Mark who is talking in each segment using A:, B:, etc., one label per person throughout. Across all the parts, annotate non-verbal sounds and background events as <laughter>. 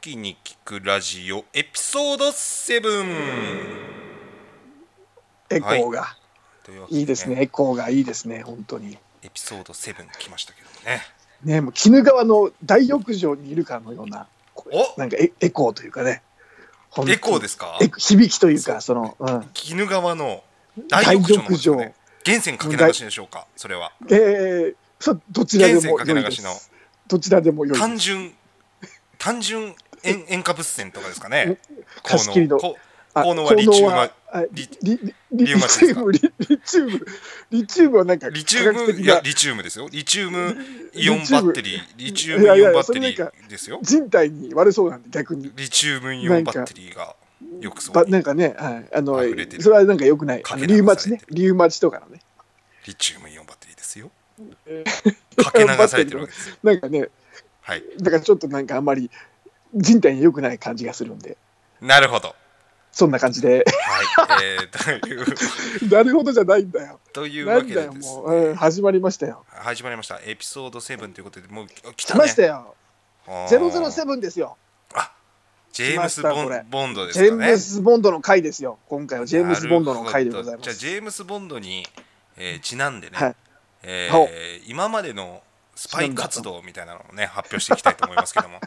A: 時に聞くラジオエピソード7
B: エコーが、
A: というわけ
B: い、いですねエコーがいいですね本当に
A: エピソード7来ましたけどもね
B: ねもう鬼怒川の大浴場にいるかのようなこう
A: お
B: なんかエエコーというかね本当に
A: エコーですか
B: エコ響きというかその、うん、
A: 鬼怒川の大浴場のことですか
B: 大
A: ね
B: 浴
A: 源泉かけ流しでしょうかそれは
B: えー、そどちらでも
A: 源泉
B: 良
A: かけ
B: いで
A: 流しの
B: すどちらでも良いです
A: 単純単純塩塩化物泉とかですかね
B: 貸し切りの
A: こ
B: あ
A: 効能はリチウムは
B: あ
A: リ
B: リリリ
A: リ
B: リ
A: ウマチ
B: チ
A: です
B: ウ
A: か
B: ムリリチウムリチウムはなんか
A: リチウ
B: 科
A: ム
B: 学的
A: い
B: な
A: やリチウムですよリチウムイオンバッテリーリチウム
B: いやい
A: イ
B: や
A: オン
B: い
A: バ
B: や
A: ッテリ
B: それなん
A: ーですよ
B: 人体に悪そうなんで逆に
A: リチウムイオンバッテリーがよくそ
B: ば
A: うに
B: なんかね、はい、あの
A: 溢れてる
B: それはなんか良くないあ
A: かけ
B: の
A: 流
B: リウマチ
A: され
B: ね
A: て
B: リウマチとかのね
A: リチウムイオンバッテリーですよかけ流されてるわけですよ
B: なんかね
A: はい
B: だからちょっとなんかあんまり人体に良くない感じがするんで
A: なるほど
B: そんな感
A: <laughs>
B: じで <laughs>
A: はいえーという
B: なるほどじゃないんだよ
A: という
B: な
A: わ
B: ん
A: け
B: だ
A: で
B: よ
A: です
B: もう、うん、始まりましたよ
A: 始まりましたエピソード7ということでもう来た
B: 来ま
A: ね
B: したよ
A: あー
B: 007ですよ
A: あジェームス
B: 来ました
A: ボ
B: これ
A: ンボンドで
B: ジ
A: す
B: ェ
A: か
B: ー
A: ね
B: ムズ・ボンドの回ですよ今回はジェームズ・ボンドの回でございま
A: なるほどじゃあ
B: す
A: ジェームス・ボンドに、えーちなんでね、
B: はい
A: えー
B: ほう
A: 今までのスパイ活動みたいなのをね発表していきたいと思いますけど
B: <laughs>
A: も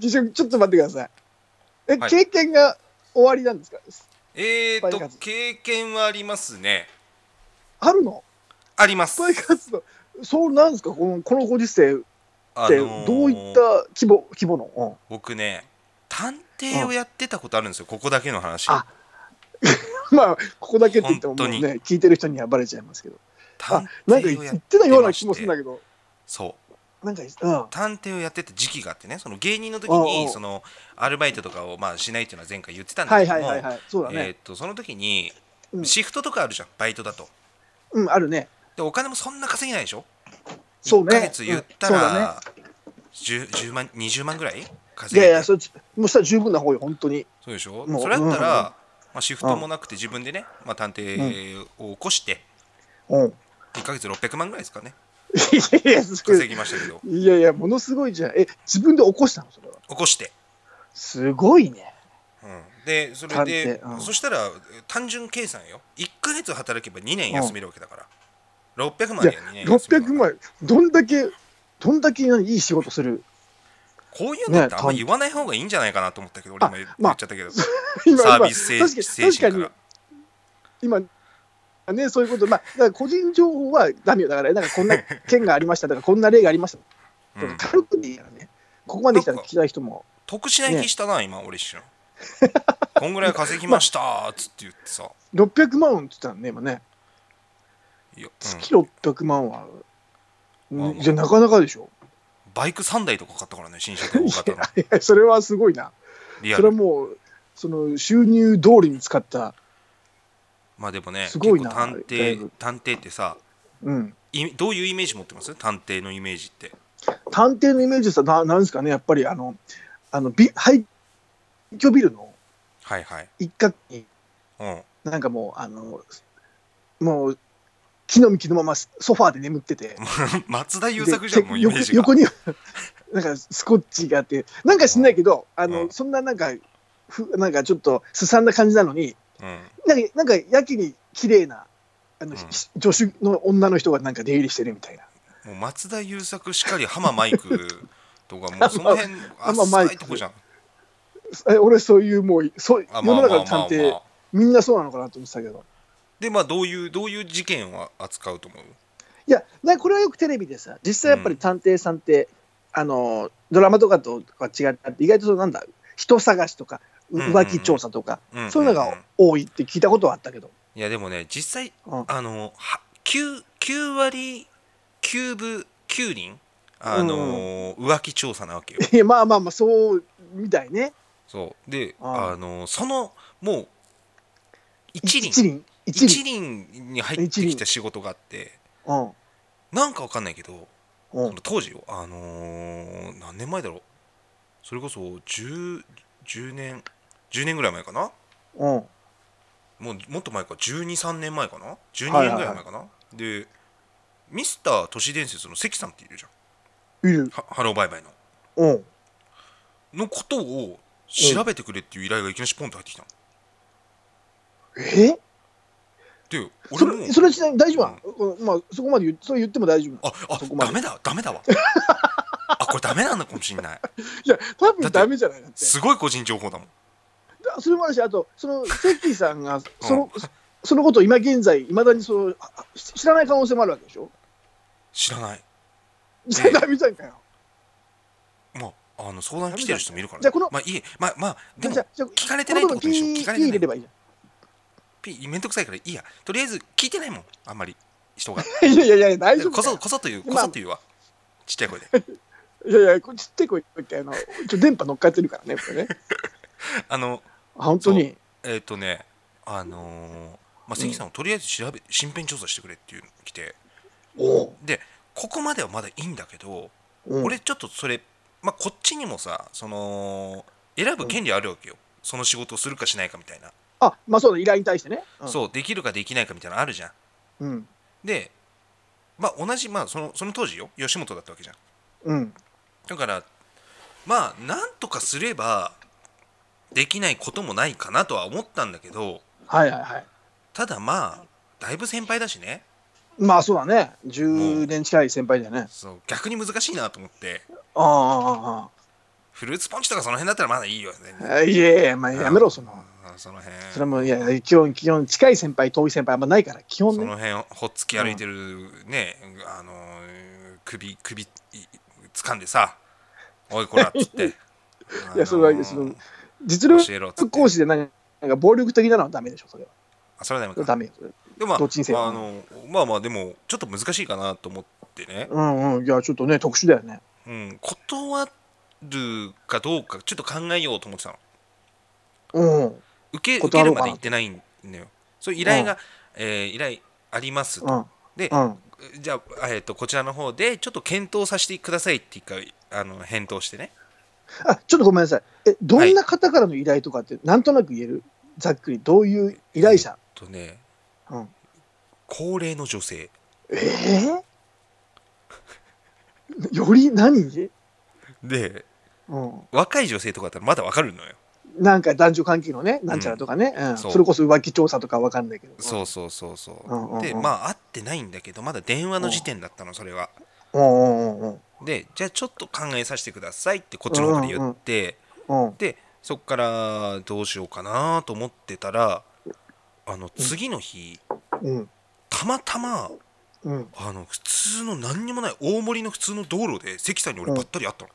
B: ちょちょっと待ってくださいえ、
A: はい
B: 経験が終わりなんですか
A: えー
B: ス
A: と
B: パイ活動
A: 経験はありますね
B: あるの
A: あります
B: スパイ活動そうなんですかこのこのご時世って
A: あ
B: どういった規模規模の、うん
A: 僕ね探偵をやってたことあるんですよ、ここだけの話
B: あまあここだけって言ってももう
A: 本当
B: ね聞いてる人にはバレちゃいますけどあ
A: 探
B: なんか
A: 偵をや
B: 言ってたような気も
A: し
B: す
A: て
B: るんだけど
A: そう
B: なんかうん
A: 探偵をやってた時期があってねその芸人の時
B: おうお
A: に
B: う
A: そのアルバイトとかをまあしないっていうのは前回言ってたんだ
B: は
A: け
B: い
A: ど
B: はい
A: も、
B: はいはいそうだ
A: え
B: ね
A: ー、とその時に
B: うん
A: シフトとかあるじゃん、バイトだと
B: うんあるね
A: でお金もそんな稼げないでしょ
B: そうね
A: 1ヶ月言った
B: うんそうだね
A: ら、10, 10万20万ぐらい
B: い
A: 稼げ
B: や
A: て
B: いやそれもうしたら十分な方よ本当に
A: そうでしょ
B: もう
A: それだったら、
B: うんうん
A: まあ、シフトもなくて自分でね、まあ、探偵を起こして
B: うん
A: 1ヶ月600万ぐらいですかね
B: いやいやすごい
A: 稼ぎましたけど
B: いやいやものすごいじゃんえ自分で起こしたのそれは
A: 起こして、
B: すごいね
A: うん、でそれ
B: 探
A: で、
B: 偵うん
A: そしたら単純計算よ1ヶ月働けば2年休めるわけだから、600万
B: いや
A: や2年休める
B: 600万どんだけどんだけいい仕事する
A: こういうのって
B: ね
A: あんま言わない方がいいんじゃないかなと思ったけど、俺も言っ
B: まあ
A: ちゃったけど、
B: 今
A: サー
B: 今
A: ビス精
B: 確かに
A: 精神
B: 確
A: か
B: か今ねそういうことまあだから個人情報はダメよだからなんかこんな件がありましただからこんな例がありました
A: ら、うん、
B: 軽くでいいからねここまで来たら聞きたい人も
A: 得しない気したな、今俺一瞬こんぐらい稼ぎました
B: <laughs>
A: ーっつって言ってさ、
B: 600万って言ったらね今ね
A: いやうん
B: 月600万は、
A: まあまあ
B: んじゃなかなかでしょ
A: バイク3台とか買ったからね新車とか多かったの
B: いやそれはすごいな
A: リア
B: それ
A: ル
B: はもうその収入通りに使った
A: まあでもね
B: すごい
A: 結
B: な
A: 構探
B: だい
A: 偵
B: ぶ
A: 探偵ってさ
B: うん
A: いどういうイメージ持ってます探偵のイメージって
B: 探偵のイメージさななんですかねやっぱりあのあのビ廃墟ビルの
A: はいはい
B: 一角に
A: うん
B: なんかもうあのもう木の幹のままソファーで眠ってて
A: <laughs> 松田優
B: で
A: 作じゃんもうイメージが
B: 横横には <laughs> なんかスコッチがあってなんか知んないけどあの、
A: うん
B: そんななんかふなんかちょっとすさんだ感じなのに
A: うん、
B: なんかなんかやけに綺麗なあの、
A: うん
B: ひ助手の女の人がなんか出入りしてるみたいな
A: もう松田優作しかり浜マイクとかもうその辺あっ
B: 浜マイク
A: いとこじゃん
B: え俺そういうもうそう
A: あ
B: 世の中の探偵、みんなそうなのかなと思ってたけど
A: でまあどういうどういう事件を扱うと思う
B: いやなんかこれはよくテレビでさ実際やっぱり探偵さんって、あのドラマとかとは違って意外とそのなんだ人探しとかう
A: うんうんうん
B: 浮気調査とか、
A: うん
B: そういうの
A: うんうん
B: が多いって聞いたことはあったけど、
A: いやでもね実際
B: うん
A: あのは 9, 9割9分9輪あのー浮気調査なわけよ
B: いやまあまあまあそうみたいね
A: そうで
B: あ
A: あのーそのもう一輪
B: 一輪一
A: 一
B: 輪
A: 輪に入ってきた仕事があって
B: うん
A: なんかわかんないけど
B: う
A: そ
B: ん
A: の当時よあのー何年前だろうそれこそ 10, 10年10年ぐらい前かな
B: うん
A: もうもっと前か123年前かな12
B: はいは
A: 年
B: い
A: ぐらい前かな、でミスター都市伝説の関さんっているじゃん
B: いる
A: ハハローバイバイの
B: うん
A: のことを調べてくれっていう依頼がいきなりポンと入ってきたの。
B: え
A: で
B: そ
A: 俺も
B: れそれちなみに大丈夫なの、うんまあ、そこまで言そう言っても大丈夫なの
A: ああ
B: そこま
A: ダ
B: で
A: メだダメだわあこれダメなのかもしんない
B: いや多
A: だ
B: 分
A: って
B: ダメじゃないだって
A: すごい個人情報だもん
B: だそれもあるしあとその関さんがその、そのことを今現在いまだにそのあし知らない可能性もあるわけでしょ
A: 知らない
B: じゃあダメじゃんかよ
A: まああの相談来てる人もいるから、ね、
B: じゃあこの
A: まあいいまあまあでも
B: じゃあじゃあ
A: 聞かれてないってことでしょ
B: この部分
A: 聞かれ
B: ピー
A: てな
B: 入れれ
A: い
B: ばいいじ
A: ピめんどくさいからいいやとりあえず聞いてないもんあんまり人が
B: ゃんいやいやいや <laughs> 大丈夫
A: こ
B: だ
A: そ
B: よ
A: こそというこ
B: まあ
A: そというわちっちゃい声
B: <laughs>
A: で
B: いやいやこれちってこいってあのちょ電波乗っかってるからねこれね
A: あの
B: あ本当に
A: えっ、とねあのーまあ、関さんをとりあえず調べ身辺調査してくれっていうの来て
B: おう
A: でここまではまだいいんだけど、
B: うん
A: 俺ちょっとそれ、まあ、こっちにもさその選ぶ権利あるわけよ、その仕事をするかしないかみたいな、
B: あまあそうだ依頼に対してね、うん、
A: そうできるかできないかみたいなのあるじゃん
B: ううん
A: で、まあ、同じ、まあ、そのその当時よ吉本だったわけじゃん
B: うん
A: だからまあなんとかすればできないこともないかなとは思ったんだけど
B: はいはいはい
A: ただまあだいぶ先輩だしね
B: まあそうだね10年近い先輩だよね
A: そう逆に難しいなと思って
B: あああ
A: フルーツポンチとかその辺だったらまだいいよね
B: あああいやいやまあやめろその
A: あその辺
B: それはもういや基本基本近い先輩遠い先輩あんまないから基本
A: そ
B: ね
A: の辺ほっつき歩いてるね、あの首首い掴んでさ「おいこら」っつって
B: <laughs> いやそれはいいその実力
A: 教えろっつって
B: 講師でなんかなんか暴力的なのはダメでしょそれは
A: あそれはダメ
B: それは
A: か
B: ダメよそれ
A: でもまあ
B: どっちにせよ
A: あのまあまあでもちょっと難しいかなと思ってね、
B: うんうんいやちょっとね特殊だよね
A: うん、断るかどうかちょっと考えようと思ってたの
B: うん
A: 受け受け
B: 断ろ
A: る
B: うか
A: ま
B: な
A: で行ってないんだよそういう依頼が、えー依頼あります
B: うん
A: で、
B: うん
A: じゃあ、えー、とこちらの方でちょっと検討させてくださいって一回あの返答してね
B: あちょっとごめんなさいえどんな方からの依頼とかってなんとなく言えるざっくりどういう依頼者、
A: とね
B: うん、
A: 高齢の女性
B: ええより何、
A: で
B: うん、
A: 若い女性とかだったらまだわかるのよ、
B: なんか男女関係のねなんちゃらとかね、うん
A: そう
B: それこそ浮気調査とかわかんないけど
A: そうそうそうそう,、
B: うんうんうん
A: でまあ会ってないんだけどまだ電話の時点だったのそれは
B: うんうんうんうん
A: でじゃあちょっと考えさせてくださいってこっちの方から言って、
B: うん
A: でそっからどうしようかなと思ってたらあの次の日
B: うん
A: たまたま
B: うん
A: あの普通の何にもない大盛りの普通の道路で関さんに俺ばったり会った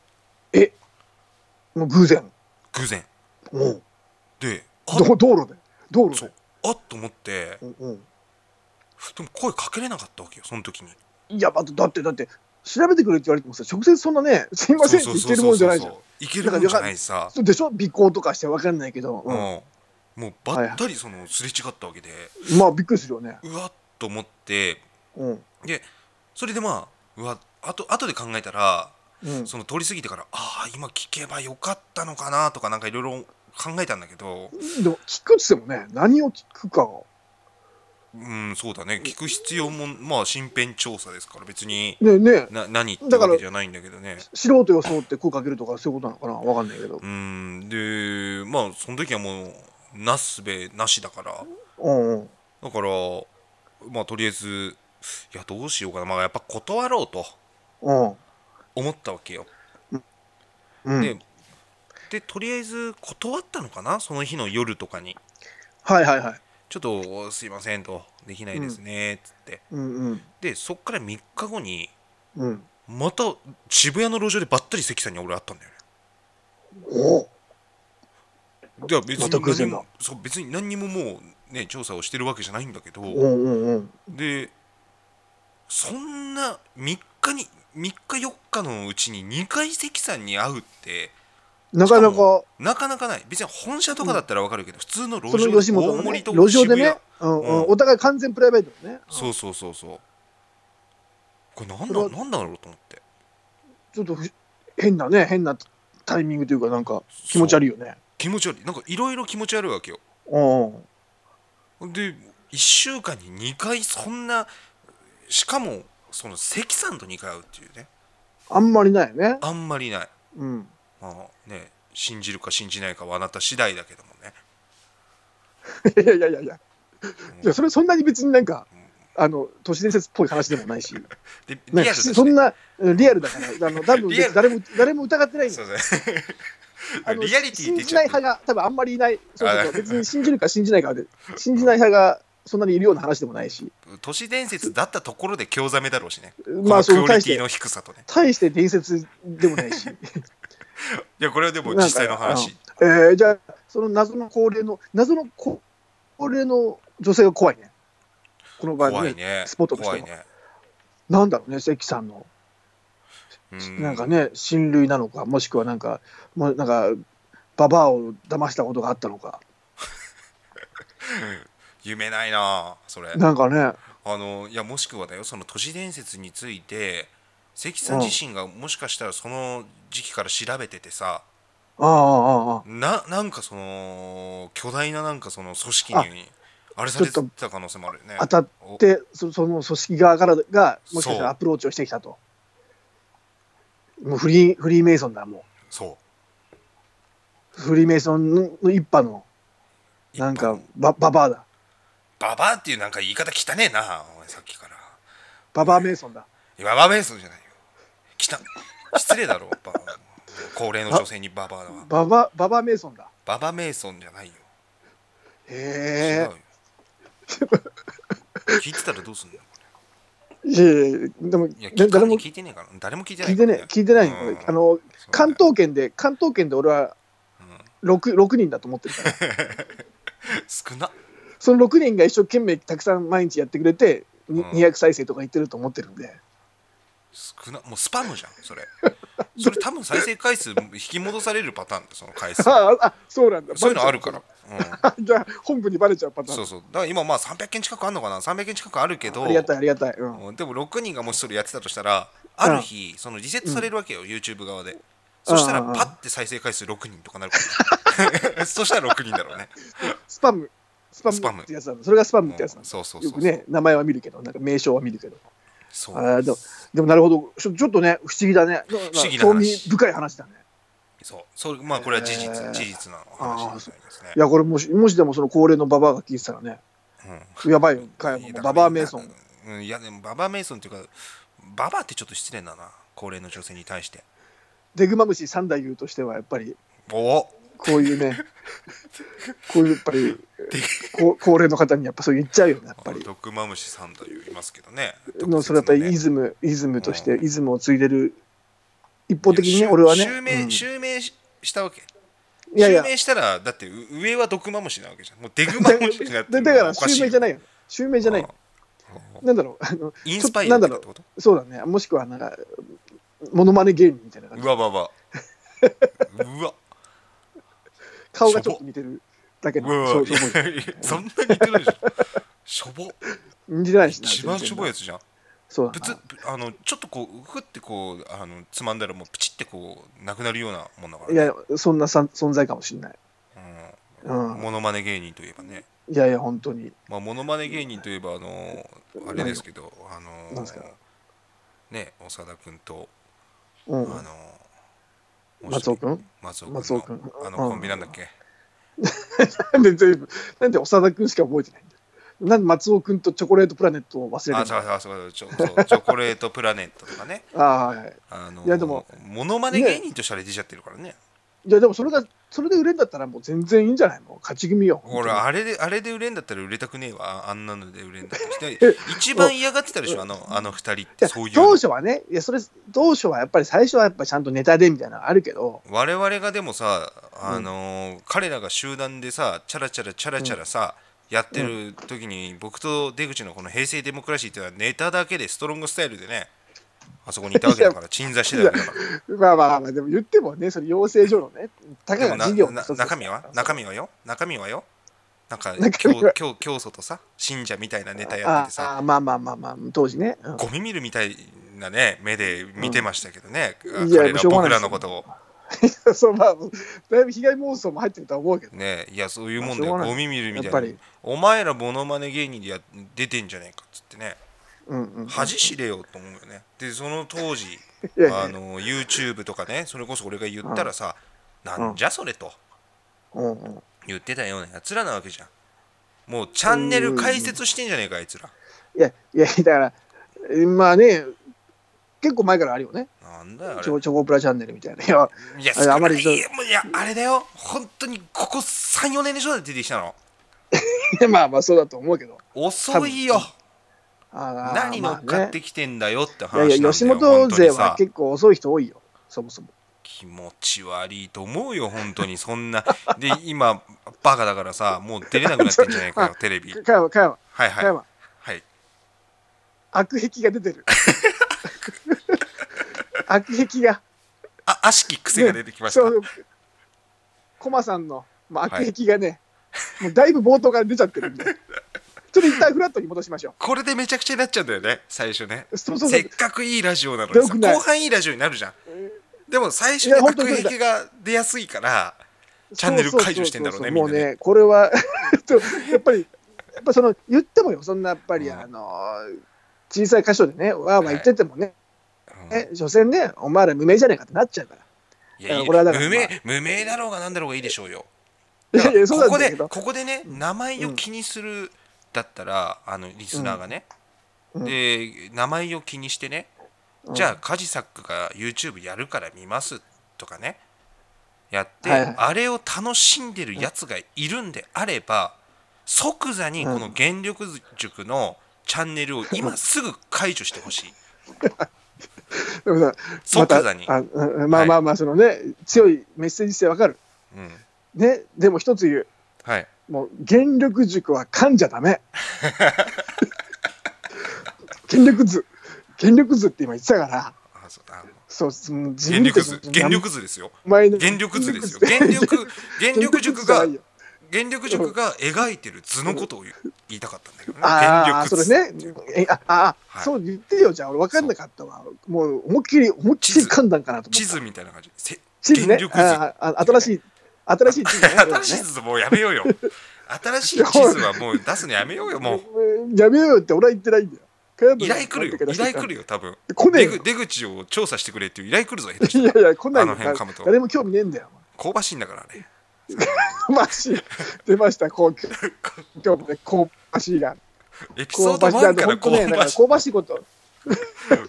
A: の、
B: もう偶然
A: 偶然
B: うん
A: であ
B: ど道路で道路
A: そう
B: で
A: あっと思って
B: うんうん
A: でも声かけれなかったわけよその時に
B: いや、まあだって、だって、調べてくれって言われてもさ、直接そんなね、すいませんって言ってるもんじゃないじゃん。
A: そうそうそうそういけるもんじゃないさ、
B: そうでしょ尾行とかして分かんないけど、
A: う
B: うん
A: んもうばったりそのすれ違ったわけで、
B: まあびっくりするよね。
A: うわっと思って
B: うん。
A: でそれでまあうわあと後で考えたら
B: うん。
A: その通り過ぎてからああ今聞けばよかったのかなとかなんかいろいろ考えたんだけど
B: でも、聞くっつってもね、何を聞くかを。
A: うんそうだね聞く必要もまあ身辺調査ですから別に
B: ねね
A: な何って
B: だか
A: わ
B: ら
A: けじゃないんだけどね
B: 素人装って声かけるとか、そういうことなのかな分かんないけど
A: う。んでまあその時はもうなすすべなしだから
B: うんうん。
A: だからまあとりあえずいやどうしようかなまあやっぱ断ろうと
B: うん。
A: 思ったわけよ
B: うん、
A: ででとりあえず断ったのかなその日の夜とかに
B: はいはいはい。
A: ちょっとすいませんとできないですねっつって、
B: うんうん。
A: でそっから3日後に
B: うん。
A: また渋谷の路上でばったり関さんに俺会ったんだよね
B: おう
A: で別に
B: また偶
A: 何
B: 然だ
A: もそう別に何にももうね調査をしてるわけじゃないんだけど、
B: うんうんうん。
A: でそんな3日に3日4日のうちに2回関さんに会うって
B: なかな
A: し
B: か
A: か、もなかなかない別に本社とかだったらわかるけど、普通の路
B: その
A: 上
B: 吉
A: で大
B: 本の、
A: 盛
B: ね
A: り、と
B: 路上で
A: 渋
B: ね
A: 谷、
B: うんう
A: うんん
B: お互い完全プライベートだね。。
A: そううんそうそうそうこれなん
B: それ
A: だ
B: は
A: なんだろうと思って
B: ちょっとふ変なね、変なタイミングというか、なんか気持ち
A: い
B: 悪いよね。
A: 気持ち悪いなんかいろいろ気持ち悪いわけよ
B: うん。
A: で1週間に2回そんなしかもその関さんと2回会うっていうね
B: あんまりないよね。 <laughs>
A: あんまりない
B: うん。
A: まあね信じるか信じないかはあなた次第だけどもね
B: いやいやいやいや、いやそれそんなに別になんか、あの都市伝説っぽい話でもないし、
A: でリ
B: な
A: アル
B: んか
A: だし、ね、
B: そんなうんリアルだから、あの多分
A: リアル
B: 誰も誰も疑ってないん
A: そう
B: で
A: ですね
B: あ
A: <laughs>
B: の
A: リアリティ
B: 信
A: 出
B: じ
A: ちゃ
B: な
A: っ
B: い
A: てる
B: 派が多分あんまりいない、そうそうそ
A: あ
B: う別に信じるか信じないかで、信じない派がそんなにいるような話でもないし、
A: 都市伝説だったところで興ざめだろうしね
B: まあ、
A: こ
B: そ
A: のク
B: の
A: オ
B: 大
A: リ
B: し
A: ティ
B: て
A: の、低さとね
B: 大して伝説でもない
A: <laughs> い
B: し、
A: やこれはでも
B: なんか
A: 実際の話
B: うんえーじゃあ、その謎の高齢の、謎の高齢の女性が怖いね、この場合ね
A: 怖いね
B: スポットとしては
A: 怖いね
B: なんだろうね、関さんの。
A: うん
B: なんかね、親類なのか、もしくはなんか、もうなんか、ババアを騙したことがあったのか、
A: 夢ないなそれ
B: なんかね、
A: あのいやもしくはだよその都市伝説について関さん自身がもしかしたらその時期から調べててさ、
B: ああ、ああ、あ
A: ななんかその巨大ななんかその組織にあれされてた可能性もあるよね
B: あ、当たっ
A: お
B: て、そその組織側からが、もしかした
A: そう
B: らアプローチをしてきたと。もうフリー、フリーメイソンだ、も
A: そう
B: う。フリーメイソンのの一派の、なん
A: 一
B: か
A: 般、
B: バババアだ。
A: ババアっていうなんか言い方汚ねえなお前さっきから
B: ババアメイソンだ。
A: いやババアベースじゃないよ汚失礼だろババア高齢の女性にババアは
B: ババ、ババアメイソンだ。
A: ババメイソンじゃないよ違う
B: へ
A: よ聞いてたらどうすんの
B: え。いやいやいやでも
A: いや、聞
B: な誰
A: 誰
B: も
A: も
B: 聞
A: 聞いてねえから誰も聞いてない
B: いてない、聞いてないの。あの、関
A: 東
B: 東圏で、関東圏で俺は6、6人だと思って
A: <laughs>
B: るから。
A: 少な
B: その6人が一生懸命たくさん毎日やってくれて、に
A: うん
B: 200再生とか言ってると思ってるんで、
A: 少なもうスパムじゃんそれ <laughs> それ多分再生回数引き戻されるパターンだよその回数そ
B: <laughs> あああそうなんだ
A: ういうのあるから、う
B: バレちゃうじゃあ本部にバレちゃうパ
A: ん、
B: ターン
A: そうそうだから今まあ300件近くあるのかな300件近くあるけど
B: ありがたいありがたい、うん
A: うんでも6人がもしそれやってたとしたらある日そのリセットされるわけよ、YouTube 側でそしたら
B: うんうんうん
A: パッて再生回数6人とかなるから、 <laughs> ね、そしたら6人だろうね、
B: スパムスパ
A: スパム
B: ムってやつなんだそれがスパ
A: う
B: ム
A: ん
B: ってやつなんだ
A: そうそう
B: よ
A: そう
B: くね名前は見るけどなんか名称は見るけど
A: そう
B: あーでもでもなるほどちょちょっとね不思議だね不
A: 思議な話
B: 興味深い話だね
A: そうそうまあこれは事実、
B: えー
A: 事実な話ですね
B: いやこれもしもしでもその高齢のババアが聞いてたらね
A: うん
B: やばいよかよ
A: いやだから
B: ババアメイソン
A: うんいやでもババアメイソンっていうかババアってちょっと失礼だな高齢の女性に対して
B: デグマムシ三代優としてはやっぱり
A: おお
B: こういう
A: <laughs>
B: ね、こういうやっぱり、こ高齢の方にやっぱそう言っちゃうよね、やっぱり。
A: ドクマムシさんと言いますけどね
B: のそれやっぱりイ
A: 一
B: ズム、イズムとして、
A: う
B: イズムを継いでる、一方的にね、俺はね、
A: 襲
B: う
A: 名
B: ん
A: 襲名ししたわけ
B: いやいや
A: 襲、名したらだってう上はドクマムシなわけじゃんもうデグマムシになって
B: だだから襲名じゃないいよ。襲名じゃないよ。
A: うん
B: なんだろう、あの、
A: インスパイ
B: ちょ
A: ア
B: っ
A: だ
B: と
A: っ
B: なんだろ
A: て
B: う
A: こと
B: そうだね、もしくはなんか、モノマネ芸人みたいな感
A: う
B: じ。
A: わわわうわ
B: 顔がちょっと似てるだけの、
A: うわ
B: <laughs> そううそう思う。
A: <laughs> そんな似てるでしょしょぼ
B: 似てないしな。
A: 一番しょぼい
B: い。
A: やつじゃん
B: そう
A: ぶ
B: だ
A: つ
B: な。
A: ぶあのちょっとこうふってこうあのつまんだらもうプチってこうなくなるようなもんだから、
B: い
A: ね
B: や、そんなさん存在かもしれない。
A: うん、
B: うん
A: モノマネ芸人といえばね
B: いやいや、本当に。
A: まあモノマネ芸人といえばあのあれですけどあ
B: なん
A: の
B: ですか
A: ね長田君と
B: う
A: あ
B: ん
A: の。もう一
B: 松
A: 人
B: 尾君
A: 松尾君
B: 松尾君
A: のあの
B: うん
A: コンビなんだっけ
B: なんで <laughs> 全部、なんで長田君しか覚えてないんだよなんで松尾君とチョコレートプラネットを忘れ
A: あ
B: る
A: そう
B: の
A: そうそうちょそうチョコレートプラネットとかね
B: ああ、はいはい。
A: あの
B: いやでも
A: モノマネ芸人としてあれ出ちゃってるからね
B: いや、でもそれが、それで売れんだったらもう全然いいんじゃないの勝ち組よ。
A: 俺あれであれで売れんだったら売れたくねえわああんなので売れんだったらで一番嫌がってたでしょあのあの二人っ
B: い
A: て
B: や
A: そういう
B: 当
A: の
B: 初はね、いや、それ、当初はやっぱり最初はやっぱちゃんとネタでみたいなのあるけど、
A: 我々がでもさあのー彼らが集団でさチャラチャラチャラチャラさ、やってる時に僕と出口のこの平成デモクラシーっていうのはネタだけでストロングスタイルでねあそこにいたわけだから鎮座してたわけだから
B: まあまあまあ、でも言ってもね、それ養成所のね、た
A: で
B: か
A: も
B: が
A: な
B: 事業の
A: な
B: 一つ
A: 中身は中身はよ中身はよなんか
B: 中身
A: 教
B: は
A: 教教祖とさ信者みたいなネタやっ
B: あ
A: ててさ
B: あ、まあまあまあまあ、当時ね。うん
A: ゴミ見るみたいなね目で見てましたけどね、
B: う
A: 彼
B: んい
A: ら
B: やしょうがな
A: 僕
B: いで
A: ら
B: す
A: のことを
B: そうまあ、だいぶ被害妄想も入ってるとは思うけど、
A: ねいやそういうもん
B: まあ
A: で
B: しょうがない
A: ゴミ見るみ
B: やったぱ
A: いな
B: り
A: お前らモノマネ芸人でや出てんじゃねえかっつってね
B: うんうん。
A: 恥知れよと思うよねでその当時
B: いやいや
A: あの YouTube とかねそれこそ俺が言ったらさ、なんじゃそれと
B: うんうん、
A: 言ってたようなやつらなわけじゃんもうチャンネル解説してんじゃねえかあいつら
B: いや、いや、だから、えーまあね、結構前からあるよね、
A: なんだよあ
B: チ
A: れ
B: ョコチョコプラチャンネルみたいな。いや、
A: いや
B: あれあまり
A: 少ないいやもういやあれだよ本当にここ34年でしょだって出てきたの
B: <laughs> まあまあ、そうだと思うけど。
A: 遅いよ
B: あー
A: 何乗っかっ、てきてんだよって
B: まあね、い
A: 話
B: やい
A: な
B: や、
A: ん
B: 吉
A: だよ
B: 本
A: 本当
B: 勢
A: に
B: は
A: さ
B: 結構遅い人多いよ、そもそも。
A: 気持ち悪いと思うよ本当にそんなで今バカだからさもう出れなくなってんじゃない
B: <laughs>
A: かよテレビ
B: か加山、加山、
A: はい
B: 加
A: はい
B: 山、
A: はい
B: 悪癖が出
A: <laughs>
B: てる。悪癖が。
A: あ悪しき癖が出てきました、
B: そう。コマさんの、まあ、悪癖がね、もうだいぶ冒頭から出ちゃってる
A: <laughs>
B: んで。ちょっと一旦フラットに戻しましょ
A: これでめちゃくちゃになっちゃうんだよね最初ね
B: う。そうそうそ
A: せ
B: う
A: っ。かくいいラジオなのにさ
B: よくない
A: 後半いいラジオになるじゃんでも最初
B: いや
A: に
B: 本当
A: 悪
B: にそうだ
A: 癖が出やすいからチャンネル解除してんだろうね
B: そうそうそうそうもう
A: みんな
B: ね、これは、 <laughs> とやっぱり、やっぱその言ってもよ、そんなやっぱり、
A: うん
B: あの小さい箇所でね、わーわー言っててもね、
A: うん
B: え所詮ね、お前ら無名じゃねえかってなっちゃうから。
A: いやいい
B: これはだから
A: 無名
B: ま
A: 無名だろうが何だろうがいいでしょうよ
B: いやいやそうな
A: こ
B: ん
A: こ
B: だ
A: で
B: け
A: こ
B: ど、
A: こでね名前を気にするだったらあのリスナーがね、
B: うん
A: で名前を気にしてね、
B: うん
A: じゃあカジサックが YouTube やるから見ますとかねやって、
B: はいはい
A: あれを楽しんでるやつがいるんであれば即座にこの原力塾のチャンネル
B: <laughs>
A: を今すぐ解除してほしい
B: でもさ <laughs> ま
A: 即
B: た
A: 座に、
B: あうんまあまあまあ、そのね、強いメッセージ性わかる。
A: うん、
B: ね、でも一つ言う、
A: はい
B: もう、原力塾は噛んじゃ
A: <laughs>
B: ダメ。原力図、原力図って今言ってたから、
A: あそうあ
B: そう、その自
A: 原
B: 分
A: 力
B: たちの
A: 図原力図ですよ
B: 前の
A: 原力図ですよ原
B: <laughs>
A: 力原力塾が原力塾が描いてる図のことを言う言いたかったんだけどね。
B: ああ、
A: 原力
B: そ
A: 図
B: れね。えああ、
A: はい
B: そう言ってよ、じゃあ俺分かんなかったわ。もう思いっきり、思いっきり噛んだんかなと思った。
A: 地図みたいな感じ。せ
B: 地図ね
A: 原。力図
B: あああ新しい、新しい地図ね。
A: <laughs> 新しい地図もうやめ
B: <laughs>
A: ようよ。新しい地図はもう出すのやめようよ、もう。
B: う。やめようよって俺は言ってないんだよ。
A: 依頼来るよ、依頼来
B: る。
A: るよ、多分。
B: 来ねえ
A: 出
B: よ
A: 口出口を調査してくれっていう依頼来るぞ、下手し
B: い
A: たら
B: やいや、来ない
A: あの辺噛むと
B: よ。誰も興味ねえんだよ。
A: 香ばしいんだからね。
B: マジ出ました、こう
A: <laughs>
B: 今日もね、香ばしいが。
A: エピソード
B: しいが、
A: 1から
B: 本当ね、
A: 香
B: なん
A: ば
B: か
A: しい
B: 香ばしいこと。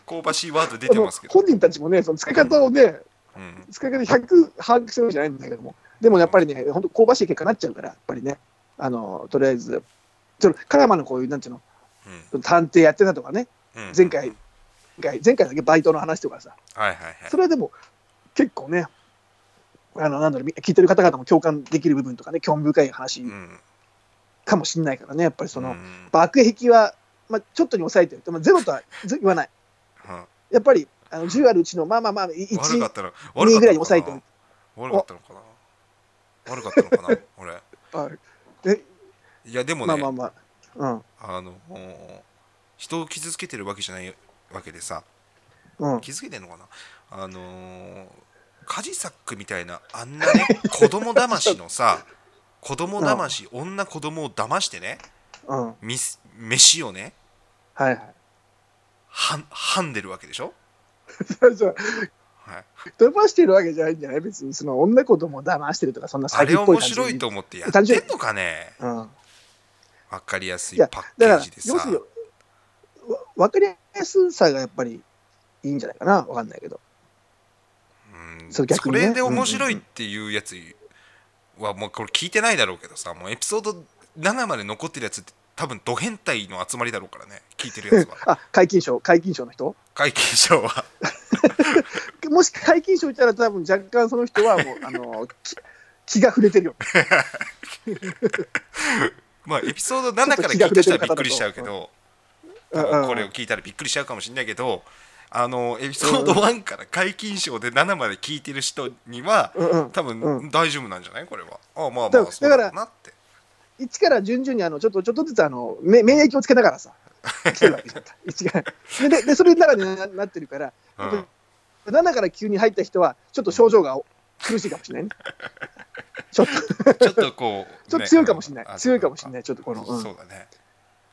A: 香ばしいワード出てますけ
B: あの
A: ど。
B: 本人たちもね、その使い方をね、
A: うん
B: 使い方100把握するわけじゃないんだけども、でもやっぱりね、本当香ばしい結果になっちゃうから、やっぱりね、あのとりあえず、そのカラマのこういう、なんていう
A: うん
B: の、探偵やってたとかね、
A: うん
B: 前回、前回、前回だけバイトの話とかさ、
A: はいはいはい。
B: それはでも結構ね、あのなんだろう、み聞いてる方々も共感できる部分とかね、興味深い話
A: うん
B: かもしれないからね、やっぱりその、
A: うん
B: 爆壁は、まあ、ちょっとに抑えてるって、まあ、ゼロとはず言わない。
A: うん
B: やっぱりあの10あるうちの、まあまあまあ、
A: 悪か
B: 1
A: っ、たの悪かったの
B: 2ぐらいに
A: か
B: 抑え
A: な
B: てる
A: 悪かったのかな悪かったのかな俺
B: あえ
A: いやでも
B: ま
A: ね
B: あ
A: あ
B: まあまあ、
A: のもう人を傷つけてるわけじゃないわけでさ
B: うん、うん。
A: 傷つけてんのかなあのーカジサックみたいなあんな
B: <laughs>
A: ね子供だましのさ子供だまし、女子供をだましてね
B: うん、はい
A: みす飯をね
B: はい。 <laughs>
A: はんはんでるわけでしょ、
B: そうそう
A: はい、
B: 飛ばしてるわけじゃないんじゃない別にその女子供を騙してるとかそんな
A: あ
B: 詐
A: れ
B: 欺っぽい
A: 面
B: 感じ
A: 白いと思ってやってんのかね
B: うん、だ
A: わかりやすい
B: いや
A: パッケ
B: か
A: ー
B: ら
A: ジでさ
B: 要するにわ分かりやすさがやっぱりいいんじゃないかな分かんないけど
A: うん
B: そ
A: そう
B: 逆にね
A: れで面白いっていうやつはもうこれ聞いてないだろうけどさもうエピソード7まで残ってるやつって多分ド変態の集まりだろうからね聞いてるやつは
B: あ皆勤賞皆勤賞の人
A: 会見賞は <laughs>
B: もし皆勤賞いたら多分若干その人はも
A: <laughs>
B: うあのき気が触れてるよ
A: まあエピソード7から
B: ちょっと気が
A: 聞い
B: 触
A: た人はびっ
B: れてる
A: くりしちゃうけど
B: うん
A: 多分
B: うん
A: これを聞いたらびっくりしちゃうかもしれないけどあのエピソード1から解禁賞で7まで聞いてる人には
B: うんうん
A: 多
B: う
A: 分大丈夫なんじゃないこれはああまあ
B: だ
A: まあ
B: から
A: そうだろうなって
B: 1から順々にあのちょっとちょっとずつあのめ免疫をつけなが
A: <laughs>
B: らさ来てるわけじゃん一からでででそれの中でななってるから
A: うん
B: だ7から急に入った人はちょっと症状が苦しいかもしれないねちょっと
A: ちょっとこう
B: <laughs> ちょっと強いかもしれない
A: ねあ
B: 強いかもしれないちょっとこのうん
A: そうだね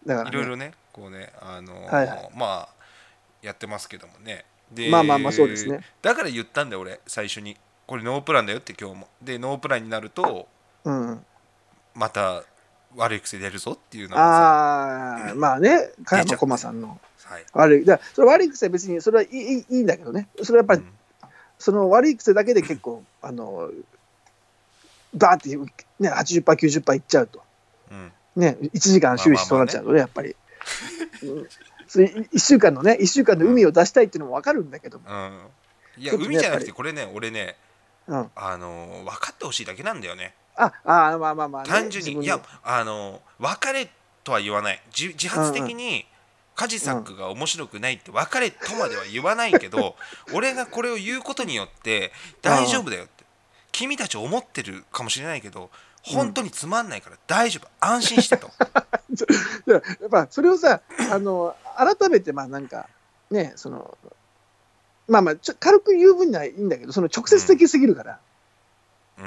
B: だから、
A: いろいろね、こうね、あのー
B: はいはい
A: まあ、やってますけどもね。で
B: まあまあまあそうですね。
A: だから言ったんだよ、俺、最初に。これノープランだよって今日もでノープランになると
B: うん。
A: また悪い癖出るぞっていうのが
B: ああ、まあね、加
A: 出ちゃ
B: 山
A: う
B: 駒さんの
A: さ、はい
B: 悪い。だからそれ悪い癖は別に、それはいいいいいいんだけどね。それはやっぱり、
A: うん
B: その悪い癖だけで結構、あの、バーって、ね、80%、90%いっちゃうと。
A: うん
B: ね、1時間終始そうなっちゃうのね、やっぱり。うんそれ1週間のね、1週間で海を出したいっていうのも分かるんだけども、
A: うんいや
B: ちょっとね
A: 海じゃな
B: やっ
A: く
B: ぱ
A: て
B: り
A: これね俺ね
B: うん、
A: あのー分かってほしいだけなんだよね
B: ああ、まあまあまあね、
A: 単純
B: 自
A: に
B: 分で
A: いやあの別れとは言わない自自発的に家事作が面白くないって別れとまでは言わないけ
B: <laughs>
A: ど俺がこれを言うことによって大丈夫だよって君たち思ってるかもしれないけど本当につまんないから大丈夫安心して
B: <laughs>
A: と
B: いや <laughs> やっぱそれをさ、あの改めて、まあなんか、ね、その、まあまあ、ちょ軽く言う分にはいいんだけど、その直接的すぎるから、
A: うー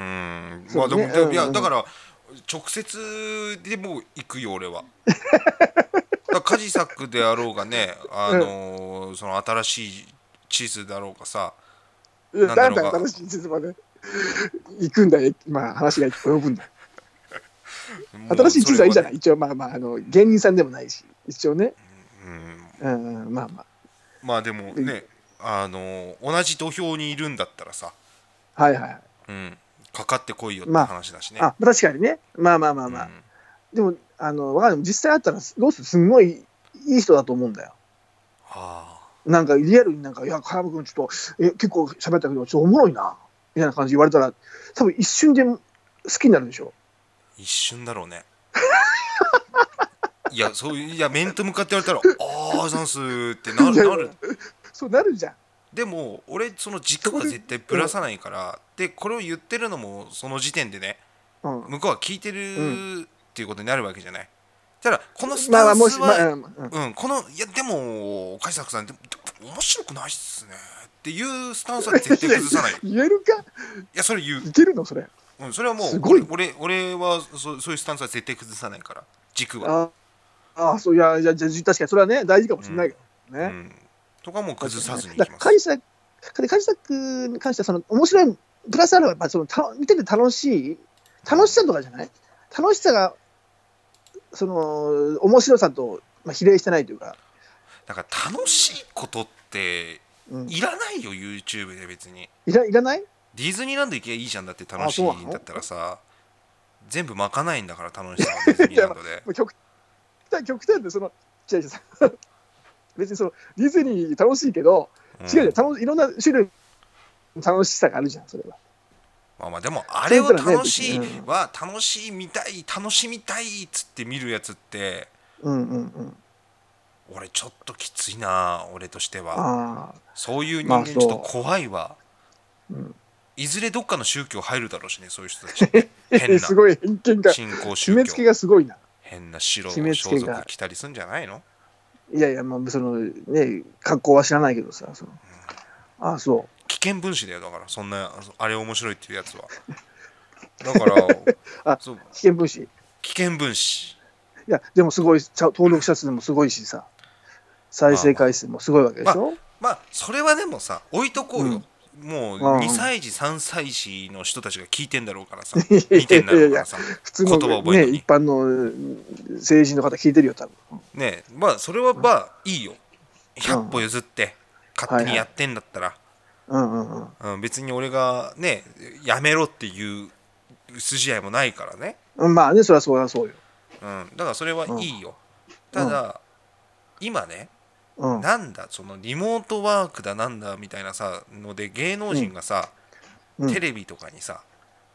A: んま
B: そ
A: あ
B: う
A: で
B: ね
A: もでもい
B: うん
A: や
B: うん
A: だから直接でもう行くよ
B: <laughs>
A: 俺はだから家事作であろうがねあのーその新しい地図だろうかさ、
B: うん、
A: な
B: だ
A: んだろ
B: か
A: うが
B: ら楽しい説まで <laughs> 行くんだよ、まあ話が及ぶんだ。
A: もう
B: 新しい地図はいいじゃない、
A: そ
B: 一応、まあまああの、芸人さんでもないし、一応ね、
A: れはねうん
B: うん、まあま
A: まあでもね、あの同じ土俵にいるんだったらさ、
B: あ、はいはい。
A: うん、かかってこいよって
B: まあ
A: 話だしね。
B: あ確かにね、まあまあまあまあ、
A: うん
B: でも、あのわかんない、実際会ったら、どうするすんごいいい人だと思うんだよ。
A: あ
B: なんかリアルになんか、いや、加山君、ちょっと、え結構喋ったけど、ちょっとおもろいな、みたいな感じで言われたら、多分一瞬で好きになるでしょ。
A: ー一瞬だろうね。 <laughs> いやそういういや面と向かって言われたら「ああざんす」ってな
B: <laughs> いや
A: なる
B: そうなるじゃん。
A: でも俺その軸は絶対ぶらさないからでこれを言ってるのもその時点でね
B: うん、
A: 向こうは聞いてるっていうことになるわけじゃない。ただこのス
B: ま
A: タ
B: あまあ、
A: ン
B: もし、
A: ス
B: まあ
A: は
B: うんうん
A: うん、このいやでも梶作さんでもでも面白くないっすねっていうスタンスは絶対崩さ
B: <laughs>
A: ないい
B: 言えるか、
A: やそれ言う、
B: いけるの、それ。
A: うん、それはもう
B: すごい
A: 俺俺はそそういうスタンスは絶対崩さないから軸は、
B: ああ、そういや、いやじゃあ確かにそれはね、大事かもしれないけど
A: う
B: ね。
A: ん、とかもう崩さずにい
B: だ
A: き
B: から
A: ます
B: 梶作で梶作に関してはその面白いプラスアルファやっぱそのた見てて楽しい楽しさとかじゃない楽しさがその面白さと、まあ、比例してないというか、
A: だから楽しいことって
B: うん、い
A: いらないよ YouTube で別に
B: らいらない
A: ディズニーランド行けばいいじゃんだって楽しい
B: あそうなんの
A: だったらさ全部まかないんだから楽しさはディズニーランドで
B: もう極端極端でその違う違う <laughs> 別にそのディズニー楽しいけど、
A: うん
B: <laughs> 違う違う楽しいろんな種類の楽しさがあるじゃんそれは
A: まあまあでもあれを楽しい
B: そういうことね
A: は楽しいみたい楽しみたいっつって見るやつって
B: うんうんうん
A: 俺ちょっときついな俺としては
B: ああ
A: そういう人
B: ま
A: 間
B: あ
A: ちょっと怖いわ、
B: うん
A: いずれどっかの宗教入るだろうしねそういう人たち
B: <laughs>
A: 変な
B: すごい偏見が
A: 信仰
B: 締
A: 宗
B: め付け
A: 教
B: がすごいな
A: 変な白
B: 決
A: の
B: めつけ
A: 装
B: が
A: 束着たりすんじゃないの
B: いやいや、まあ、そのね、格好は知らないけどさ、そのああ、そ
A: 危険分子だよだからそんなあれ面白いっていうやつはだから
B: <laughs> あ
A: そう
B: う、危険分子。い
A: 危険分子
B: や、でもすごい、ちゃ登録者数もすごいしさ、再生回数もすごいわけでしょ。
A: まあそれはでもさ置いとこうよ、もう
B: うん
A: 2歳児3歳児の人たちが聞いてんだろうからさ
B: いや
A: 見
B: いや
A: てんだろう
B: い
A: か
B: や
A: ら、さ
B: 普通
A: 言葉
B: の、
A: 覚え
B: ね、
A: るのに
B: 一般のうん成人の方聞いてるよ、多分。
A: ねえまあそれはまあいいよ100歩譲って勝手
B: は
A: に
B: い
A: や
B: は
A: ってんだったら、
B: うんうんうん。
A: うん、別に俺がねやめろっていう筋合いもないからね、
B: うんまあね、そりゃそうだそうよ。
A: うん、だからそれはいいよ、ただ、今ね
B: うん。
A: なんだそのリモートワークだなんだみたいなさので芸能人がさ、
B: うん
A: テレビとかにさ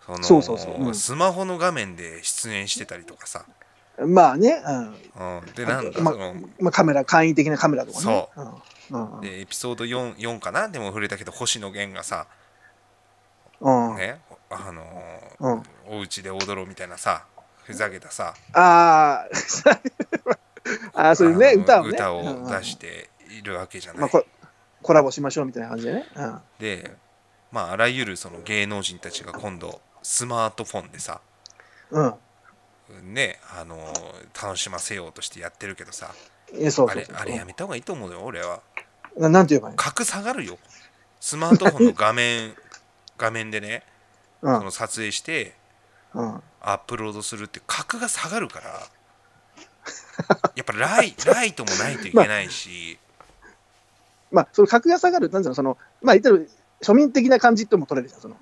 A: その
B: そうそうそううん
A: スマホの画面で出演してたりとかさ、
B: まあね、うん。
A: うん、でなんだそ
B: ま
A: の
B: まあ、カメラ、簡易的なカメラとかね。
A: そ
B: うん。うん。
A: でエピソード 4, 4かなでも触れたけど星野源がさ、
B: うん
A: ねあのー
B: うん
A: お家で踊ろうみたいなさふざけたさ
B: あー <laughs> あー、そういうね、
A: あの
B: 歌をね。
A: 歌
B: うんうん
A: を出しているわけじゃない、
B: まあ、ココラボしましょうみたいな感じでね。うん
A: で、まあ、あらゆるその芸能人たちが今度スマートフォンでさ
B: うん。
A: ねあのー楽しませようとしてやってるけどさ
B: えそう
A: あ
B: そう
A: れ
B: そう
A: あれやめた方がいいと思うよ俺は
B: ななんて言えばいいの
A: 格下がるよスマートフォンの画面 <laughs> 画面でね
B: う
A: そ
B: ん
A: の撮影して
B: うん
A: アップロードするって格が下がるからやっぱラ
B: <laughs>
A: イライトもないといけないし、
B: まあ、その格が下がる、なんつうの、その、まあ、言ったら庶民的な感じとも取れるじゃん、その。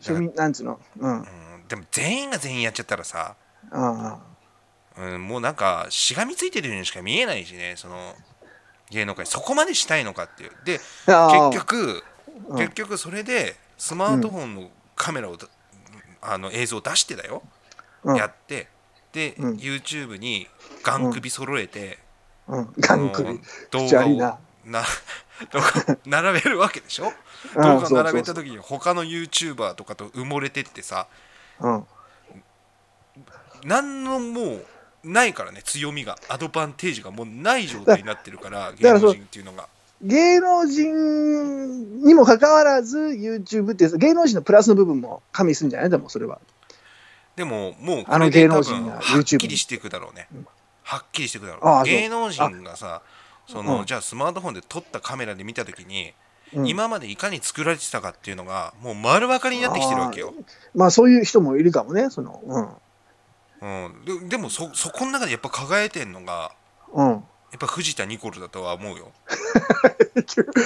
B: 庶民、なんつうの、うん、うん、
A: うん、でも全員が全員やっちゃったらさ、
B: あ
A: うん、もうなんかしがみついてるようにしか見えないしねその芸能界そこまでしたいのかっていうで
B: あ
A: 結、局
B: うん
A: 結局それでスマートフォンのカメラをだ、あの映像を出してだよ、
B: うん
A: やってで、
B: うん
A: YouTube にガン首揃えて、
B: うん、ガン
A: あの
B: 首。
A: 動
B: 口
A: 画
B: 悪
A: を
B: いな
A: な <laughs> 動画並べるわけでしょ
B: <laughs> うん
A: 動
B: そうそう
A: 画並べた時に他の YouTuber とかと埋もれてってさ
B: うん、
A: 何のもうないからね強みがアドバンテージがもうない状態になってるから芸
B: <laughs> だか
A: 能
B: らそう
A: 人っていうのが
B: 芸能人にもかかわらず、YouTube って、芸能人のプラスの部分も加味するんじゃないでも、それは。
A: でももう
B: あの
A: これで多分
B: 芸能人が
A: はっ
B: YouTube
A: きりしていくだろうねはっきりしていくだろう
B: ああそう
A: 芸能人がさその、
B: うん
A: じゃあスマートフォンで撮ったカメラで見た時に、
B: うん
A: 今までいかに作られてたかっていうのがもう丸分かりになってきてるわけよ、
B: まあ、そういう人もいるかもね、その、
A: うん、ででもそそこの中でやっぱ輝いてんのが
B: うん、うん。
A: やっぱ藤田ニコルだとは思うよ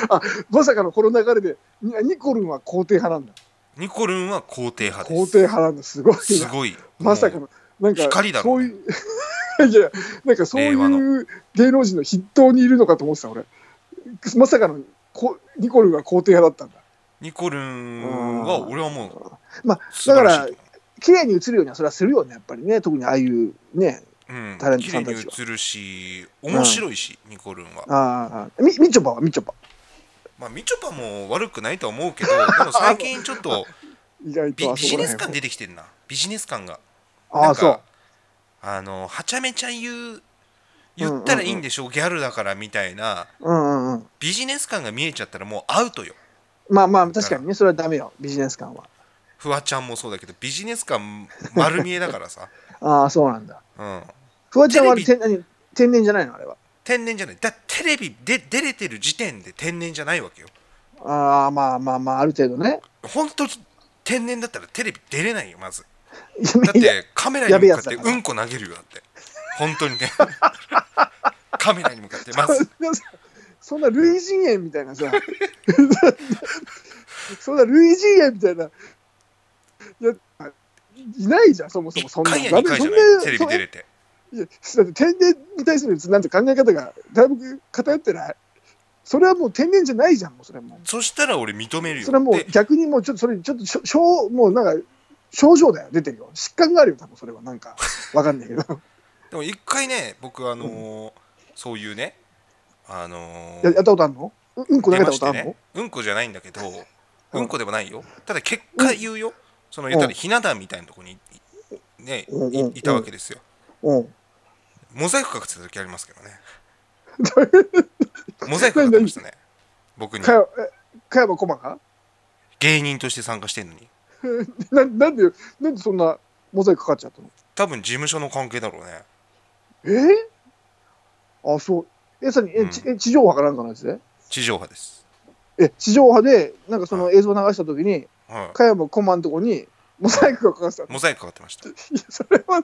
B: あ、まさかのこの流れで、ニニコルンは肯定派なんだ。
A: ニコルンは肯定派
B: 肯
A: です
B: 定派なんだ、すごいな。
A: すごい
B: まさかの、なんか、
A: 光だろ
B: そういう、 <laughs> いや、なんかそう
A: 令和
B: いう芸能人の筆頭にいるのかと思ってた、俺。まさかの、こニコルが肯定派だったんだ。
A: ニコルンは俺はもう
B: まあ、
A: 素
B: だか
A: 晴らしいと
B: ら
A: 思う、
B: 綺麗に映るようにはそれはするよね、やっぱりね。特にああいう、ね。
A: うん
B: タレント
A: 綺
B: さ
A: 麗
B: んたち
A: に
B: は
A: 映るし面白いし、ニコルンは
B: ああ、み、みちょぱはみちょぱ。
A: まあみちょぱも悪くないとは思うけど <laughs> でも最近ちょっと
B: 意外
A: ビ
B: とあ
A: ビジネス感
B: で。
A: 出てきてんなビジネス感が
B: ああ、そう。
A: あのはちゃめちゃ言う言ったらいいんでしょ、ギャルだからみたいな
B: うんうんうん。
A: ビジネス感が見えちゃったらもうアウトよ
B: まあまあ、確かにね、それはダメよ、ビジネス感は。
A: フワちゃんもそうだけどビジネス感丸見えだからさ、 <laughs>
B: ああ、そうなんだ。
A: うん、
B: フワちゃんは
A: テレビ
B: 天何天然じゃないの、あれは。
A: 天然じゃないだテレビで出れてる時点で天然じゃないわけよ
B: ああ、まあまあまあ、ある程度ね。
A: 本当天然だったらテレビ出れないよまず
B: いや
A: だっ
B: いや
A: てカメラに
B: やべえ
A: 向かって
B: やつだ
A: う
B: から
A: んこ投げるよだって本当に
B: <laughs>
A: ねカメラに向かってまず
B: そんな類人猿みたいなさ、 <laughs> そんな類人猿みたいな、いや、いないじゃん、そもそもそ
A: 1
B: んな。
A: 回や2回じゃないテ
B: そん
A: レビ出れて
B: いやだって天然に対するなんて考え方がだいぶ偏ってない。それはもう天然じゃないじゃん、もうそれはもう。
A: そしたら俺認めるよ
B: それはもう
A: で
B: 逆にもうちょっとそれちょっとしょしょうもうなんか症状だよ出てるよ疾患があるよ多分それはなんかわかんないけど
A: でも1回ね僕あのーそういうねあのー
B: ややったことあるのううんこ投
A: 出
B: げ
A: ま
B: た
A: し
B: こ
A: て
B: とあるの、
A: ねうんこじゃないんだけど
B: う
A: うんんこでもないよただ結果言うよその言ったらひな壇みたいなとこにね
B: うんうん
A: いいたわけですよ
B: うん
A: モザイクかかってた時ありますけどね
B: <laughs>
A: モザイクかかってましたね僕に
B: かよえ加山駒が <laughs>
A: 芸人として参加してんのに
B: ななんでなんでそんなモザイクかかっちゃったの
A: 多分事務所の関係だろうね
B: えー、あそうえさにえ,ち、え地上波かなんかのやつで
A: 地上波です、
B: え地上波でなんかその映像流した時に
A: は
B: 加山駒のとこにモザイクがかかってたの
A: い、モザイクかかってました、
B: いやそれは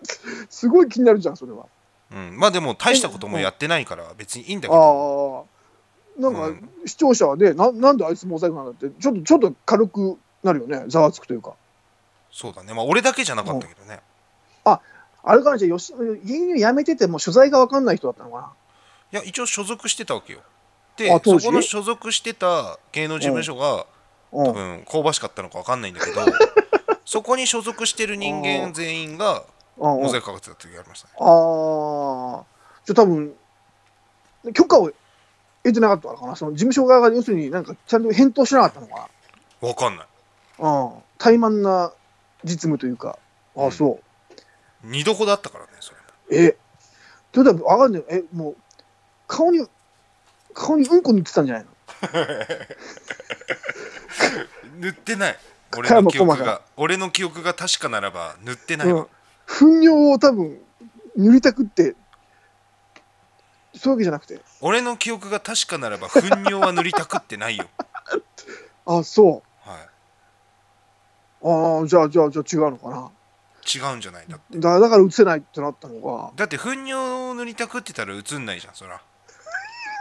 B: すごい気になるじゃんそれは
A: うん、まあでも大したこともやってないから別にいいんだけど
B: ああなんか、
A: うん
B: 視聴者はねななんであいつモザイクなんだってちょっとちょっと軽くなるよねざわつくというか
A: そうだねまあ俺だけじゃなかったけどね
B: あれかなじゃあ吉芸人を辞めてても所在が分かんない人だったのか
A: いや一応所属してたわけよで
B: あ
A: そ
B: 当時
A: この所属してた芸能事務所が
B: なう
A: 多
B: ん
A: 分香ばしかったのか分かんないんだ
B: <laughs>
A: けどそこに所属してる人間全員が
B: うんう
A: モ
B: ん
A: ザ
B: あ
A: イクかかってた時がありましたね
B: あじゃあ多分許可を得てなかったのかなその事務所側が要するになんかちゃんと返答しなかったのか
A: 分かんない
B: なうん怠慢な実務というかああそう、
A: 二度ほどあったからねそれ
B: えということは、あかんねえ、もう、顔に、顔にうんこ塗ってたんじゃないの
A: 塗ってない俺の記
B: 加山
A: 憶
B: 駒
A: が
B: が
A: 俺の記憶が確かならば塗ってないわ、
B: うん。糞尿を多分、塗りたくって、そういうわけじゃなくて。
A: 俺
B: <laughs>
A: の記憶が確かならば糞尿は塗りたくってないよ
B: あ、そ
A: は
B: ああ、じゃあ、じゃあ、じゃあ違うのかな。
A: 違うんじゃないんだって
B: だだから映せないってなったのが、
A: だって糞尿を塗りたくってたら映んないじゃんそら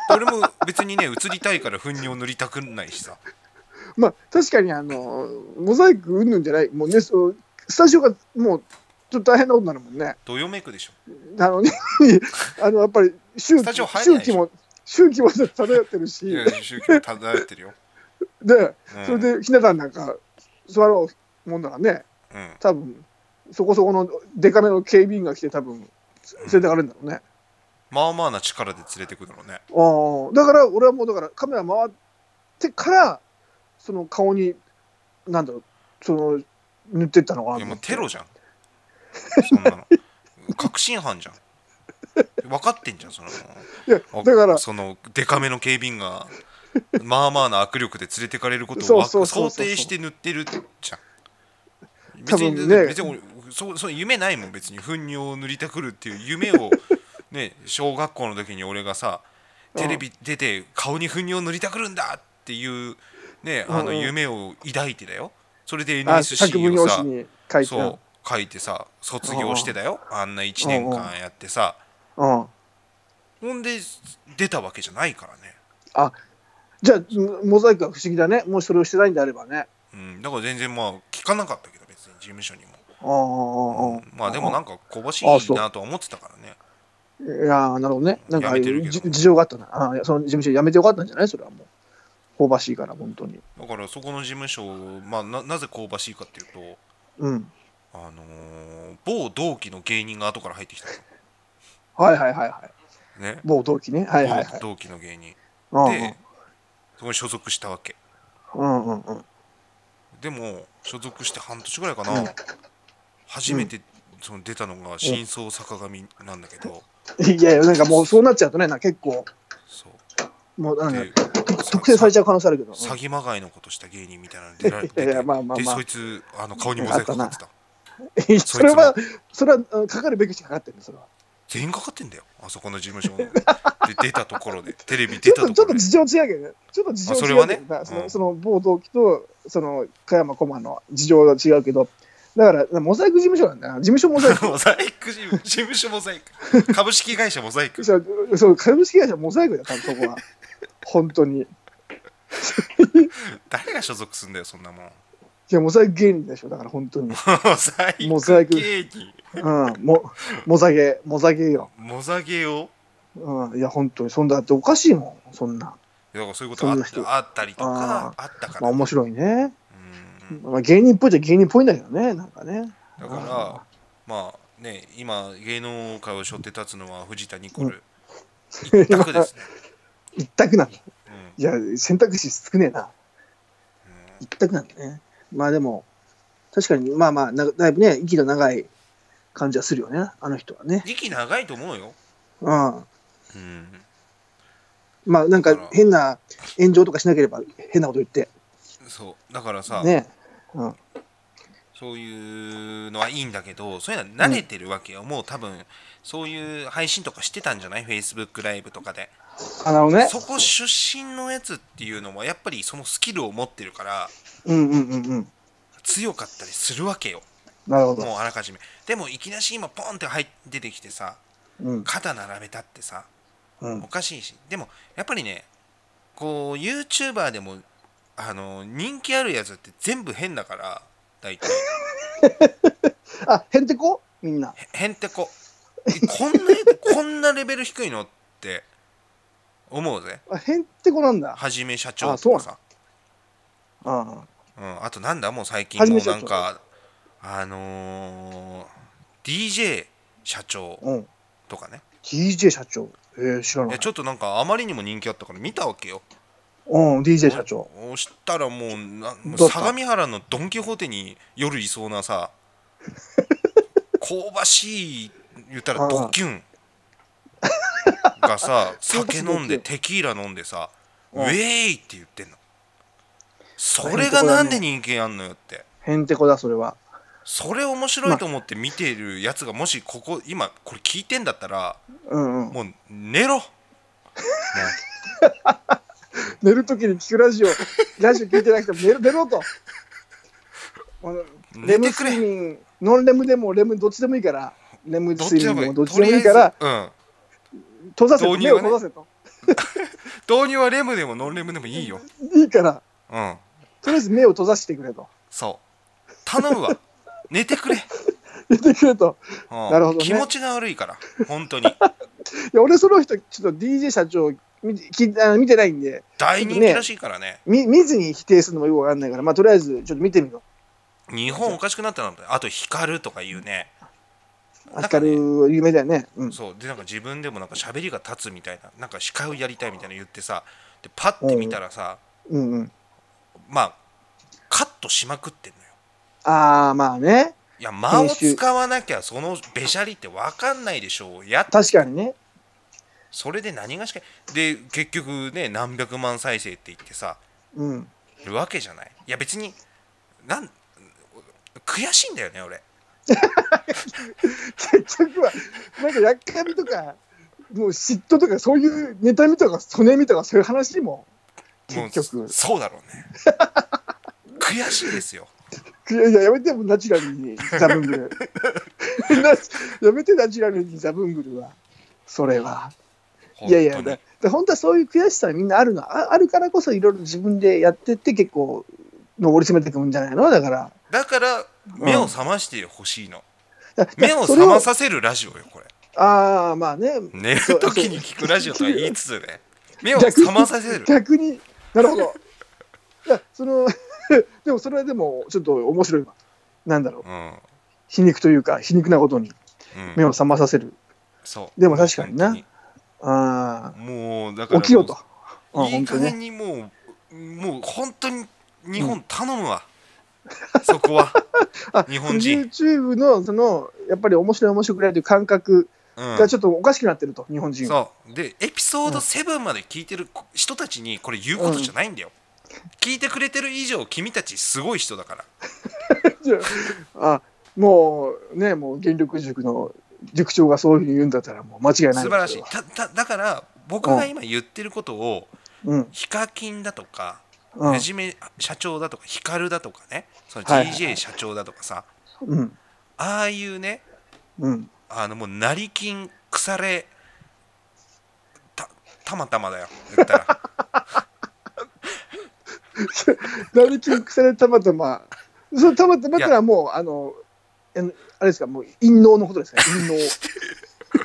A: 俺も別にね映りたいから糞尿塗りたくないしさ
B: まあ、確かに、あの、モザイクうんぬんじゃない、もうね、そうスタジオがもう、ちょっと大変なことになるもんね。
A: どよめくでしょ
B: あの、ね、 <laughs> あのやっぱり周
A: スタジオ
B: 期、
A: 入らない
B: 周
A: でし
B: 期
A: ょ
B: も、周期も漂ってるし
A: い、や宗教漂ってるよ、
B: で、
A: うん、
B: それで、ひな壇なんか座ろうもんならね、
A: うん
B: 多分そこそこのデカめの警備員が来て、多分連れてかれるんだろうね。
A: まあまあな力で連れてくだろうね
B: ああだから俺はもうだからカメラ回ってからその顔になんだろうその塗ってったのかないと
A: やも
B: 思
A: う
B: っ
A: テ
B: て
A: ロじゃんそんなの確信犯じゃん分かってんじゃんその
B: いやだから
A: そのデカめの警備員
B: <laughs>
A: がまあまあな握力で連れてかれることを
B: そう
A: わ
B: そうそ
A: 想
B: うそう
A: 定して塗ってるじゃん別
B: 多
A: に,、
B: 分ね
A: 別に俺そうそう夢ないもん別に糞尿を塗りたくるっていう夢
B: <laughs>
A: をね小学校の時に俺がさテレビ出て顔に糞尿を塗りたくるんだっていうねあ
B: うんう
A: の
B: ん
A: 夢を抱いてだよそれで
B: あ
A: NSC
B: 作文用
A: をさ
B: 紙に書いて
A: そう書いてさ卒業してだよあんな1年間やってさ
B: うん
A: ほんで出たわけじゃないからね、
B: じゃあモザイクは不思議だねもしそれをしてないんであればね
A: うん、だから全然まあ聞かなかったけど別に事務所に
B: ああああ
A: も、まあでもなんかこぼし
B: あそ
A: いうなとは思ってたからね
B: いやーなるほどねなんかああ
A: やめ
B: い
A: て
B: う
A: るけ
B: じ
A: ど
B: 事情があったなああその事務所辞めてよかったんじゃないそれはもう香ばしいから本当に
A: だからそこの事務所を、まあ、ななぜ香ばしいかっていうと、
B: うん
A: あのー某同期の芸人が後から入ってきたの
B: はいはいはいはい
A: ね、
B: 某同期ね <laughs> はいはいはい
A: 某同期の芸人
B: うん
A: でそこに所属したわけ
B: うんうんうん
A: でも所属して半年ぐらいかな、初めてその出たのが「真相坂上」なんだけど、
B: <laughs> いやいやなんかもうそうなっちゃうとねなんか結構
A: そう
B: もうなんか <laughs>
A: で
B: 特定されちゃう可能性あるけど。
A: 詐欺まがいのことした芸人みたいなの出ら
B: <laughs>
A: れて
B: いやまあまあまあ
A: でそいつあの顔にモザイクかかってた
B: うん <laughs> それは
A: そ、
B: それはうんかかるべきしかかかってるんですよ。
A: 全員かかってんだよあそこの事務所ので出たとこ
B: <laughs>
A: ろでテレビ出
B: ちょったと
A: と
B: ちょ
A: こ
B: っ
A: ろ
B: と
A: で
B: 事情違うけどね。ちょっと事情
A: あそれ
B: 違
A: そうれは
B: け
A: ね
B: どな、そ
A: うん
B: のその某同期とその加山駒の事情が違うけど、だからモザイク事務所なんだよな。事務所モザイク。
A: モザイク事務事務所モザイク株式会社モザイ <laughs> ク
B: そうそう株式会社モザイクだよ、多分そこは。本当に。い
A: 誰が所属すんだよそんなもん
B: や、モザイク芸人でしょ、だから本当に。
A: モザイ
B: <laughs> モザイ
A: ク
B: ク
A: 芸人
B: うん、もモザゲ、モザゲよ。
A: モザゲを
B: うん、いや、本当に。そんだっておかしいもん、そんな。
A: だからそういうことあっ
B: そんな人
A: たあったりとかあったから、
B: まあ面白いね。
A: うん
B: まあ、芸人っぽいじゃ芸人っぽいんだけどね、なんかね。
A: だから
B: あ
A: まあね今芸能界を背負って立つのは藤田ニコル一択ですね、
B: <laughs> 一択なんだ。
A: うん
B: いや、選択肢少ねえな。
A: うん
B: 一択なんだね。まあでも、確かに、まあまあ、なだいぶね、息の長い感じはするよね、あの人はね。
A: 時期長いと思うよ、
B: うん。
A: うん、
B: まあなん
A: だか
B: から変な炎上とかしなければ変なこと言って。
A: そうだからさ、
B: ね。うん。
A: そういうのはいいんだけどそういうのは慣れてるわけよ、もう多分そういう配信とかしてたんじゃない Facebook ライブとかで
B: あなるほどね。
A: そこ出身のやつっていうのはやっぱりそのスキルを持ってるから
B: うんうんうんうん。
A: 強かったりするわけよ
B: なるほど。
A: もうあらかじめでもいきなし今ポンって入っ出てきてさ
B: うん。
A: 肩並べたってさ
B: うん
A: お。かしいしでもやっぱりねこう YouTuber でもあの人気あるやつって全部変だから大体
B: あ、へんてこみんな。
A: へへんてこえこんな <laughs> やつこんなレベル低いのって思うぜ
B: あ、へんてこなんだ。
A: はじめ社長
B: あそう
A: と
B: な
A: か
B: の
A: さ
B: うん。
A: あ,、うん、あとなんだもう最近
B: はじ
A: も
B: め
A: う
B: 社長
A: なんかあのー DJ 社長
B: うん。
A: とかね
B: DJ 社長。えー、知ら
A: い
B: な
A: や
B: い
A: ち。ょっとなんかあまりにも人気あったから見たわけよ
B: うん、DJ 社長。
A: そしたらもうなもう
B: どうした
A: 相模原のドン・キホーテに夜いそうな
B: <laughs>
A: さ香ばしい言ったらドキュンが
B: <laughs>
A: さ酒飲んでテキーラ飲んでさ「
B: う
A: ウ
B: ん
A: ェーイ!」って言ってんのそれがなんで人気あんのよって
B: へんてこだ、それは。
A: それ面白いと思って見てるやつがもしここ今これ聞いてんだったら
B: うんうん。
A: もう寝
B: <laughs>
A: ろ、ね <laughs>
B: 寝るときに聞くラジオ、ラジオ聞いてなくても寝る寝ろと。あのレ
A: 寝
B: ム
A: てく
B: 睡
A: れ
B: 眠、ノンレムでもレムどっちでもいいから、レム
A: どっち
B: 睡
A: でも
B: 眠
A: い
B: も
A: い
B: どっち
A: と
B: でも
A: りあ
B: い
A: え
B: いから、
A: ず、うん、
B: 閉ざせと、
A: 導
B: 目
A: 入
B: を
A: はね
B: 閉ざせと。
A: 導入はレムでもノンレムでもいいよ
B: いいから、
A: うん
B: とりあえず目を閉ざしてくれと。
A: そう頼む
B: <laughs>
A: わ寝てくれ、
B: 言ってくれと。
A: うん
B: なるほどね
A: 気持ちが悪いから本当に
B: いや、俺その人、ちょっと DJ 社長見て聞いあの見てないんで、
A: 大人気らしいからね
B: み見ずに否定するのもよくわかんないから、まあとりあえずちょっと見てみろ。
A: 日本おかしくなったなとあと光るとかいうねなん
B: 明
A: かね
B: るい夢だよね。うん。
A: そうでなんか自分でもなんか喋りが立つみたいななんか司会をやりたいみたいな言ってさでパッて見たらさ、
B: うんうん。
A: まあカットしまくってんのよ
B: ああ、まあね。
A: いや間を
B: 編集
A: 使わなきゃそのべしゃりって分かんないでしょうやっ
B: 確かにね。
A: それで何がしかで結局ね何百万再生って言ってさ
B: うん。
A: るわけじゃないいや別になん悔しいんだよね俺
B: 結局は、なんかやっかみとか、もう嫉妬とか、そういう妬みとか、そねみとか、そういう話も、
A: もう
B: 結局。
A: そうだろうね
B: <laughs>
A: 悔しいですよ
B: いやいや、やめてもうナチュラルに、ザブング
A: <laughs>
B: ル。なやめてナチュラルに、ザブングルは。それは。いやいや、
A: 本当に
B: だだ本当はそういう悔しさみんなあるの、ああるからこそ、いろいろ自分でやってって、結構、上り詰めていくんじゃないのだから。
A: だから目を覚ましてほしいの、
B: だだ
A: 目を
B: そ
A: 覚
B: れ
A: まさせるラジオよこれ
B: ああ、まあね。
A: 寝る
B: そう
A: 時に聞くラジオとは言いつつね目を
B: 逆に
A: 覚まさせる
B: 逆に、なるほど。いや、その、 <laughs> でもそれはでも、ちょっと面白いわ。なんだろう。
A: うん、うん、
B: 皮肉というか、皮肉なことに目を覚まさせる。
A: そう
B: でも確かにな
A: 本
B: あ
A: 当にもうだか
B: あ、
A: ら
B: 起きろと。うん、
A: いい
B: 本当
A: 加
B: にね
A: 減。にもう、もう本当に日本頼むわ、そこは、
B: あ
A: 日本人
B: YouTube の、その、やっぱり面白い面白くないという感覚
A: う
B: が
A: ん、
B: ちょっとおかしくなってると、日本人は。
A: そうでエピソード7まで聞いてる人たちにこれ言うことじゃないんだよ、聞いてくれてる以上君たちすごい人だから
B: じゃ <laughs> あ、あもうね、もう原力塾の塾長がそういうふうに言うんだったら、もう間違いない。
A: 素晴らしい。たただから僕が今言ってることを、
B: うん。
A: ヒカキンだとか、
B: うん
A: はじめ社長だとかヒカルだとかねその
B: はいはいはい
A: DJ 社長だとかさ、
B: うん。
A: ああいうね
B: うん。
A: あのもう成金腐れたたまたまだよ言った
B: <laughs>
A: ら
B: 成金腐れたまたま、そのたまたまってのはもう、あの、あのあれですか、もう陰謀のことですか、陰謀。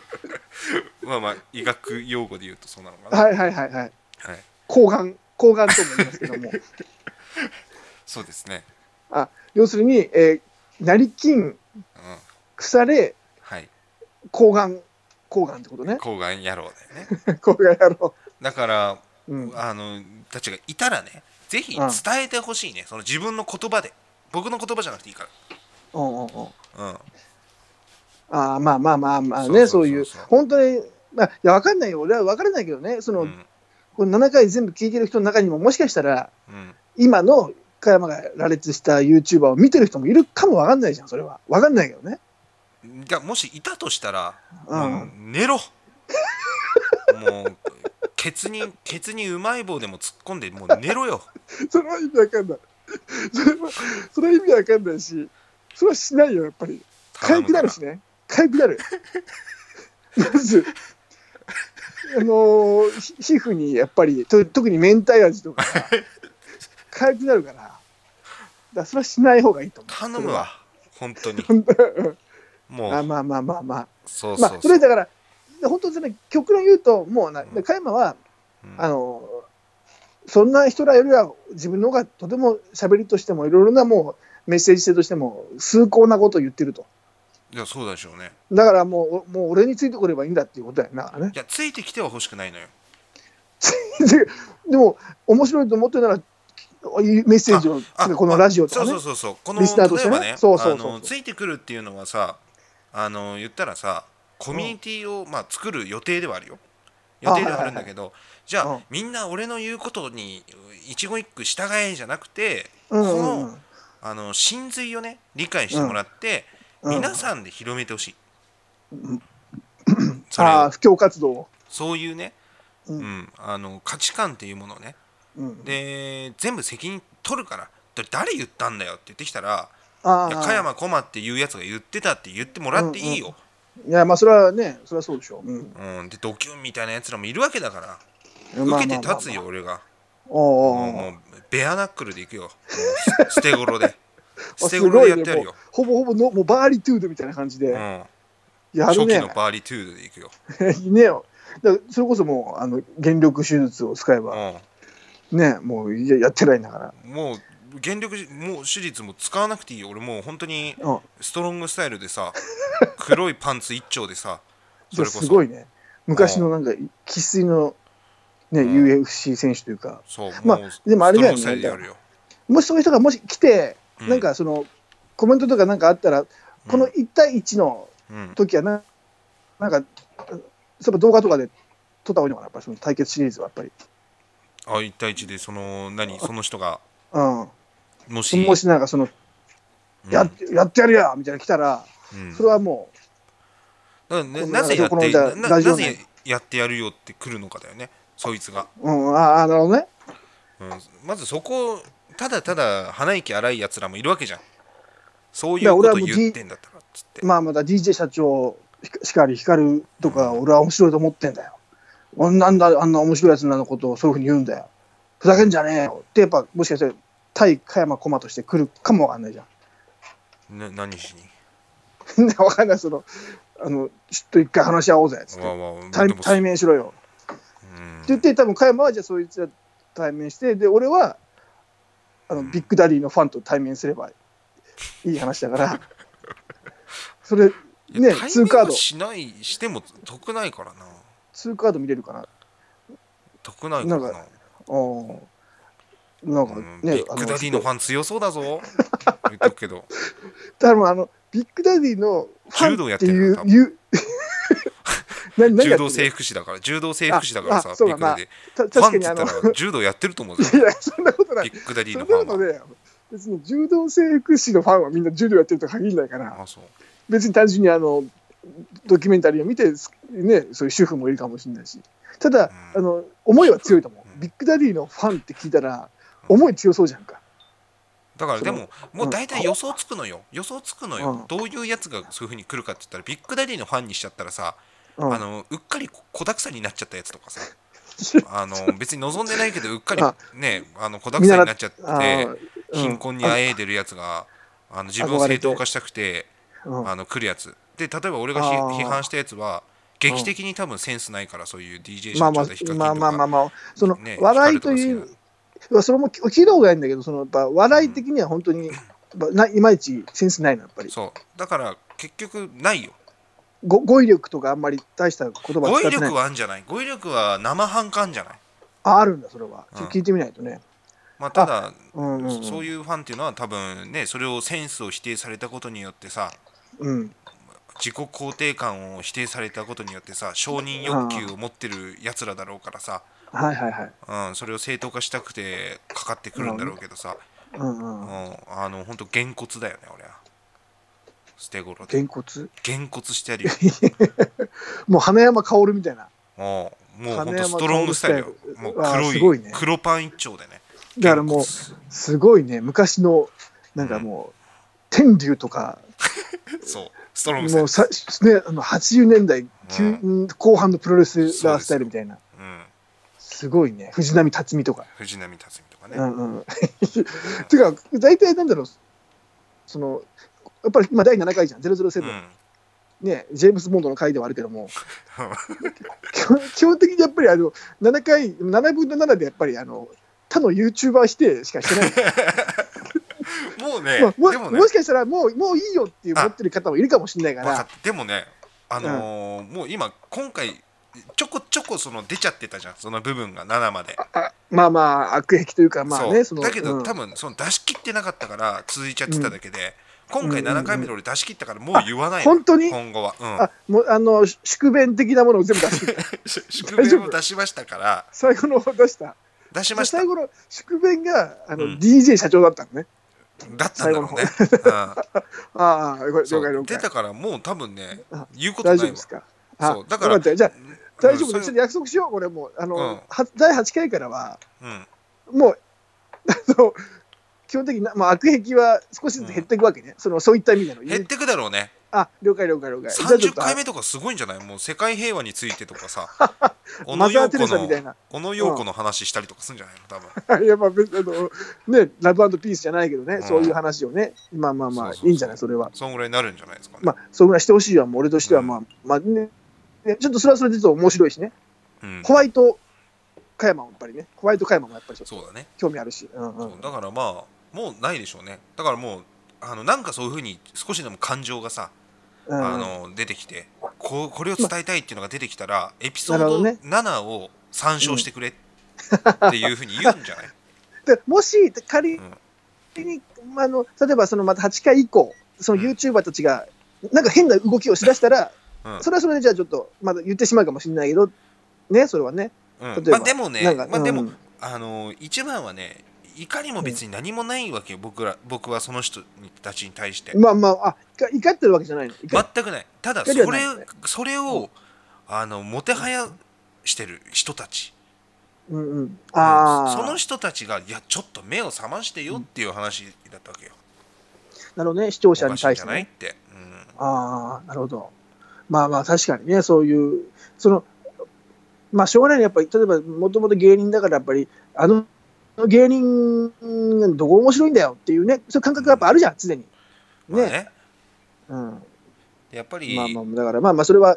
A: <laughs> まあまあ医学用語で言うとそうなのかな、
B: はいはいはいはい。
A: はい、
B: 抗がん、抗がんとも言いますけ
A: <laughs>
B: ども、
A: そうですね、
B: 要するに、えー、成金、
A: うん、
B: 腐れ、
A: はい
B: 抗がん、抗がんってこ
A: <laughs>
B: とね。
A: 抗がん野郎だよね
B: 抗がんやろ
A: だから
B: う。うん。
A: あのたちがいたらねぜひ
B: うん
A: 伝えてほしいね、その自分の言葉で僕の言葉じゃなくていいか
B: うんうんうん。
A: ら、うん、
B: ああまあまあまあまあ
A: そ
B: ね
A: うそ
B: そう
A: そう
B: う
A: そ
B: いうう本当にまあいやわかんないよ俺はわからないけどねその、
A: うん
B: この7回全部聞いてる人の中にももしかしたら
A: うん、
B: 今の加山が羅列した YouTuber を見てる人もいるかもわかんないじゃんそれはわかんないけどね
A: がもしいたとしたら、
B: うん
A: もう寝ろもうケツにケツにうまい棒でも突っ込んでもう寝ろよ
B: それは意味わかんないそれはそれは意味わかんないしそれはしないよやっぱりかゆくなるしねかゆく
A: <laughs>
B: なるまずあのーひ皮膚にやっぱりと特に明太
A: <laughs>
B: 味とかさかゆくなるからだからそれはしない方がいいと思う
A: 頼むわ本当に
B: そ
A: も
B: れはあ
A: う
B: まあまあまあまあ
A: そう
B: ま
A: そ
B: あ
A: うそ
B: そ
A: う
B: れだから本当にそれ極論言うともうな
A: うん
B: 加山は
A: うん
B: あのそんな人らよりは自分の方がとても喋りとしてもいろいろなもうメッセージ性としても崇高なことを言ってると
A: いやそうでしょうね
B: だからもうおもう俺についてこればいいんだっていうことやなだからね
A: いやついてきては欲しくないのよ
B: <laughs> ででも面白いと思ってるならメッセージを
A: あ
B: このラジオとか
A: そう
B: ね
A: そうそうそうこの
B: リスナーとし
A: 例
B: て
A: え
B: ね
A: ばね
B: そうそうそう
A: あのついてくるっていうのはさあの言ったらさコミュニティをまあ作る予定ではあるよ予定ではあるんだけどじゃ
B: う
A: あ
B: ん
A: みんな俺の言うことに一言一句従えじゃなくて
B: うん
A: こ
B: うん
A: のあの真髄をね理解してもらって
B: うん
A: 皆さんで広めてほしいそれ
B: ああ
A: を
B: 布教活動を
A: そういうね
B: うん
A: うんあの価値観っていうものをね
B: うん
A: で全部責任取るからだ誰言ったんだよって言ってきたら
B: あ
A: いや
B: あ
A: 加山駒っていうやつが言ってたって言ってもらっていいよ、
B: いや、まあ、それはね、それはそうでしょう。うん。
A: うんでドキュンみたいなやつらもいるわけだから、
B: まあ
A: 受けて立つ。
B: まあまあ
A: よ俺が、
B: おうおうおう
A: もうもうベアナックルでいくよもう捨て頃
B: <laughs>
A: で捨
B: あ
A: て
B: す
A: 頃
B: ご
A: で
B: い
A: や
B: ね
A: ってやるよ、
B: ほぼほぼの、もうバーリトゥードみたいな感じで、
A: うん、
B: や
A: 初
B: る
A: 期
B: ね
A: の。バーリトゥードでいくよ、
B: <laughs> いいねよ。だからそれこそもう、あの、原力手術を使えば、
A: う
B: ね、もうややってないんだから。
A: ん、もう原力もう手術も使わなくていいよ俺もう本当に
B: うん。
A: ストロングスタイルでさ <laughs> 黒いパンツ一丁でさそれこそ
B: すごいね。昔のなんか、生粋の、ね、
A: うん
B: UFC 選手というか、
A: そうもう、
B: まあでもあれだよね
A: ストロングスタイルでやるよ、
B: もしそういう人がもし来て、
A: う
B: なんかその、コメントとかなんかあったら、この
A: うん
B: 1対1の
A: うん
B: 時はな、なんか、そういえば動画とかで撮った方がいいのかな、やっぱりその対決シリーズはやっぱり。
A: あ一対一でその何その人が
B: うん。
A: もし
B: もしなんかその、
A: うん
B: ややってやるやみたいなの来たら、
A: うん
B: それはも
A: だからね
B: この
A: なぜやっ
B: この
A: て
B: じゃあ
A: なな
B: ラジオ
A: ぜ
B: ね
A: やってやるよって来るのかだよねそいつが、
B: う、うん、ああ、なるほどね。
A: うん、まずそこただただ鼻息荒いやつらもいるわけじゃんそうい
B: いうや
A: こ
B: 俺は
A: と
B: もう
A: 言ってんだったらっつって、
B: まあまだ DJ 社長、ひかしかり光るとか、俺は面白いと思ってんだよ。俺なんだ、あんな面白いやつらのことをそういうふうに言うんだよ。ふざけんじゃねえよって、やっぱ、もしかしたら、対加山駒として来るかもわかんないじゃん。
A: な何しに
B: わかん <laughs> ない、その、あの、ちょっと一回話し合おうぜ、つって
A: わあ。わあ
B: 対
A: でも
B: 対面しろよ。
A: うん
B: って言って、多分加山は、じゃあそいつら対面して、で、俺は、あの、ビッグダディのファンと対面すればいい話
A: <laughs>
B: だから、それ、
A: いや
B: ね、
A: 対
B: 2カー
A: 面
B: ド
A: を、しないしても得ないからな
B: 2カード見れるかな。
A: 得ないからな
B: なんうんなんか
A: うん
B: ね
A: ビ、ッグダディのフ
B: ァン。
A: ァン強そうだ
B: <laughs>
A: ぞ言っとくけど
B: 多分あの、ビッグダディのフ
A: 柔道
B: ァン
A: やっ
B: ってて
A: る
B: い
A: よ
B: う
A: 多、分
B: いう、
A: <laughs>
B: 何何
A: 柔
B: やって
A: 道
B: る
A: 制服師だから柔道制服師だからさ
B: あそう
A: ビッ
B: だ
A: グダ
B: な
A: ディファ
B: た
A: ンって
B: 確かに
A: 言
B: あ
A: っ
B: の、い
A: たら柔道やってると思うぜ
B: や、そんなこと <laughs> ない
A: ビ。ッグダディ
B: そ
A: の
B: ん
A: フ
B: な
A: ァ
B: こ
A: ンは
B: とね、別に柔道整復師のファンはみんな柔道やってるとは限らないから、
A: あそう
B: 別に単純にあの、ドキュメンタリーを見て、すね、そういう主婦もいるかもしれないし、ただ、
A: うん
B: あの、思いは強いと思
A: うん
B: う。ビッグダディのファンって聞いたら、
A: うん
B: 思い強そうじゃんか。
A: だから
B: そ
A: で
B: の
A: ももう大体予想つくのよ予想つくのよ、
B: うん
A: どういうやつがそういうふうに来るかって言ったらビッグダディのファンにしちゃったらさ、
B: うん
A: あのうっかり子だくさんになっちゃったやつとかさあの別に望んでないけどうっか
B: あ
A: りねあの子だくさんになっちゃって
B: <laughs> あーうん
A: 貧困にあえいでるやつがあの自分を正当化したくて
B: うん
A: あの来るやつで例えば俺がひ
B: あー
A: 批判したやつは劇的に多分センスないからそういう DJ
B: ま
A: 社
B: あま
A: 長
B: あ
A: でヒカキンと
B: まあ
A: か
B: まあまあまあ、その
A: ね
B: 笑いとい
A: 光る
B: う、それも聞いたことないんだけど、そのやっぱ笑い的には本当に、やっぱないまいちセンスないの、やっぱり。
A: そうだから結局ないよ
B: ご語彙力とかあんまり大した言葉
A: 語
B: 使
A: 彙
B: ってない
A: 力。はあんじゃない語彙力は生半可んじゃない
B: あ、あるんだ、それは。ちょっ
A: うん
B: と聞いてみないとね。
A: まあただ
B: うんうんうん。
A: そういうファンっていうのは多分ねそれをセンスを否定されたことによってさ
B: うん。
A: 自己肯定感を否定されたことによってさ承認欲求を持ってるやつらだろうからさ、
B: はいはいはい。
A: うん、それを正当化したくてかかってくるんだろうけどさ、
B: うん
A: うん
B: うん。
A: あのほんとげんこつだよね俺は捨て頃で
B: げんこつ
A: げんこつしてや
B: <laughs>
A: るよ
B: もう花山薫みたいな。
A: もうもうほん
B: 金
A: と
B: 山
A: ストロングスタイルよ
B: 薫スタイル
A: もう
B: あー
A: 黒
B: すごい
A: い
B: ね
A: 黒パン一丁でね
B: だから
A: げ
B: もう
A: んこつ
B: すごいね、昔の、なんかもう、天竜とか、
A: そうストロングスタイ
B: も
A: ル
B: うさ、ね、あの80年代、きゅううん後半のプロレスラースタイルみたいな。
A: うん、
B: すごいね。藤波辰巳とか。
A: 藤波辰巳とかね、
B: うんうん。 <laughs> てか、大体なんだろう、その、やっぱり今第7回じゃん、007、
A: うん
B: ね、ジェームズ・ボンドの回ではあるけ
A: <laughs>
B: ども、基本基本的にやっぱりあの、7回、7分の7でやっぱりあの、他の YouTuber 否定しかしてない。
A: <laughs> もうね、
B: まあも
A: でもね、
B: もしかしたらもう、もういいよっていう
A: あ
B: 思ってる方もいるかもしれないか
A: わからっ、でもね、あのーもう今、今回、ちょこちょこその出ちゃってたじゃん、その部分が7まで。
B: まあまあ、悪癖というか、まあね、
A: そ
B: そうの。
A: だけど、
B: うん
A: 多分その出し切ってなかったから、続いちゃってただけで、今回
B: うんうんうん
A: 7回目で俺出し切ったから、もう言わないの、
B: 本当に
A: 今後は。うん
B: あ、もうあの、宿便的なものを全部出
A: <laughs>
B: してきた。
A: 宿命を出しましたから、
B: 最後の方出した。
A: 出しました
B: 最。後の宿便があの、
A: うん
B: DJ 社長だったのね。
A: だったんだろうね。うん
B: ああ、了解
A: そ
B: 了解
A: う
B: 了
A: 出
B: 解。
A: たから、もう多分ね
B: あ、
A: 言うことな
B: 大
A: い
B: 丈夫
A: わ
B: で。すか。あ
A: そうだから
B: よったじゃあ大丈夫
A: う
B: で
A: ん
B: す。
A: そ
B: ち
A: れ
B: ょっと約束しよう。俺もうあの、
A: うん
B: は第8回からは
A: うん
B: <laughs> もうあの基本的にな、まあ、悪癖は少しずつ減っていくわけね、そのそういった意味での。
A: 減ってくだろうね
B: あ了解了解了解。じゃあちょ
A: 30
B: っと
A: 回目とかすごいんじゃないもう世界平和についてとかさ小
B: <laughs> マ
A: 野
B: ザー・
A: 洋
B: テ
A: 子
B: レサみたい
A: の
B: な。 <laughs>
A: 小野洋子の話したりとかするんじゃないの多分
B: いやまあ別あのね、ラブピースじゃないけどね、
A: うん
B: そういう話をね、まあまあま
A: そうそ
B: あ
A: う、そう
B: いいんじゃない、それは。
A: そんぐらいになるんじゃないですかね、
B: まあ、それぐらいしてほしいわ、もう俺としては、
A: うん
B: まあ、まあね、ねちょっとそれはそれでちょっと面白いしね、
A: うん
B: ホワイト加山もやっぱりね、ホワイト加山もやっぱりちょっと
A: そうだね
B: 興味あるし、うんう
A: そ
B: ん
A: う、だからまあもうないでしょうねだからもうあのなんかそういうふうに少しでも感情がさ、
B: うん
A: あの出てきてこうこれを伝えたいっていうのが出てきたらエピソー
B: なる
A: ド
B: ほどね
A: 7を参照してくれっていうふうに言うんじゃない
B: でもし仮に、まあ、あの例えばそのまた8回以降、その
A: うん
B: YouTuber たちが、なんか変な動きをしだしたら、
A: うん
B: それはそれでじゃあちょっと、まだ言ってしまうかもしれないけど、ね、それはね。
A: うん
B: 例えば
A: まあでもね
B: なんか
A: まあでも、
B: うん
A: あの一番はね怒りも別に何もないわけよ僕ら僕はその人にたちに対して
B: まあまあ、あ怒怒ってるわけじゃないの。怒っ
A: 全くないただ
B: 怒
A: そ
B: りは
A: れ
B: ないよね
A: それをあのもてはやしてる人たち
B: うんうん、ああ、
A: その人たちがいやちょっと目を覚ましてよっていう話だったわけよ
B: なるほどね、視聴
A: お
B: 者
A: か
B: に
A: しいん
B: 対し
A: じゃ
B: て、
A: ないっ
B: ね。
A: て
B: ああ、なるほど。まあまあ、確かにね、そういう、その、まあ、しょうがないね、やっぱり、例えば、もともと芸人だから、やっぱり、あの、芸人、どこ面白いんだよっていうね、そういう感覚がやっぱあるじゃん、常に。
A: うんまあ
B: ね。
A: ね
B: うん
A: やっぱり
B: まあまあ、だから、まあまあ、それは、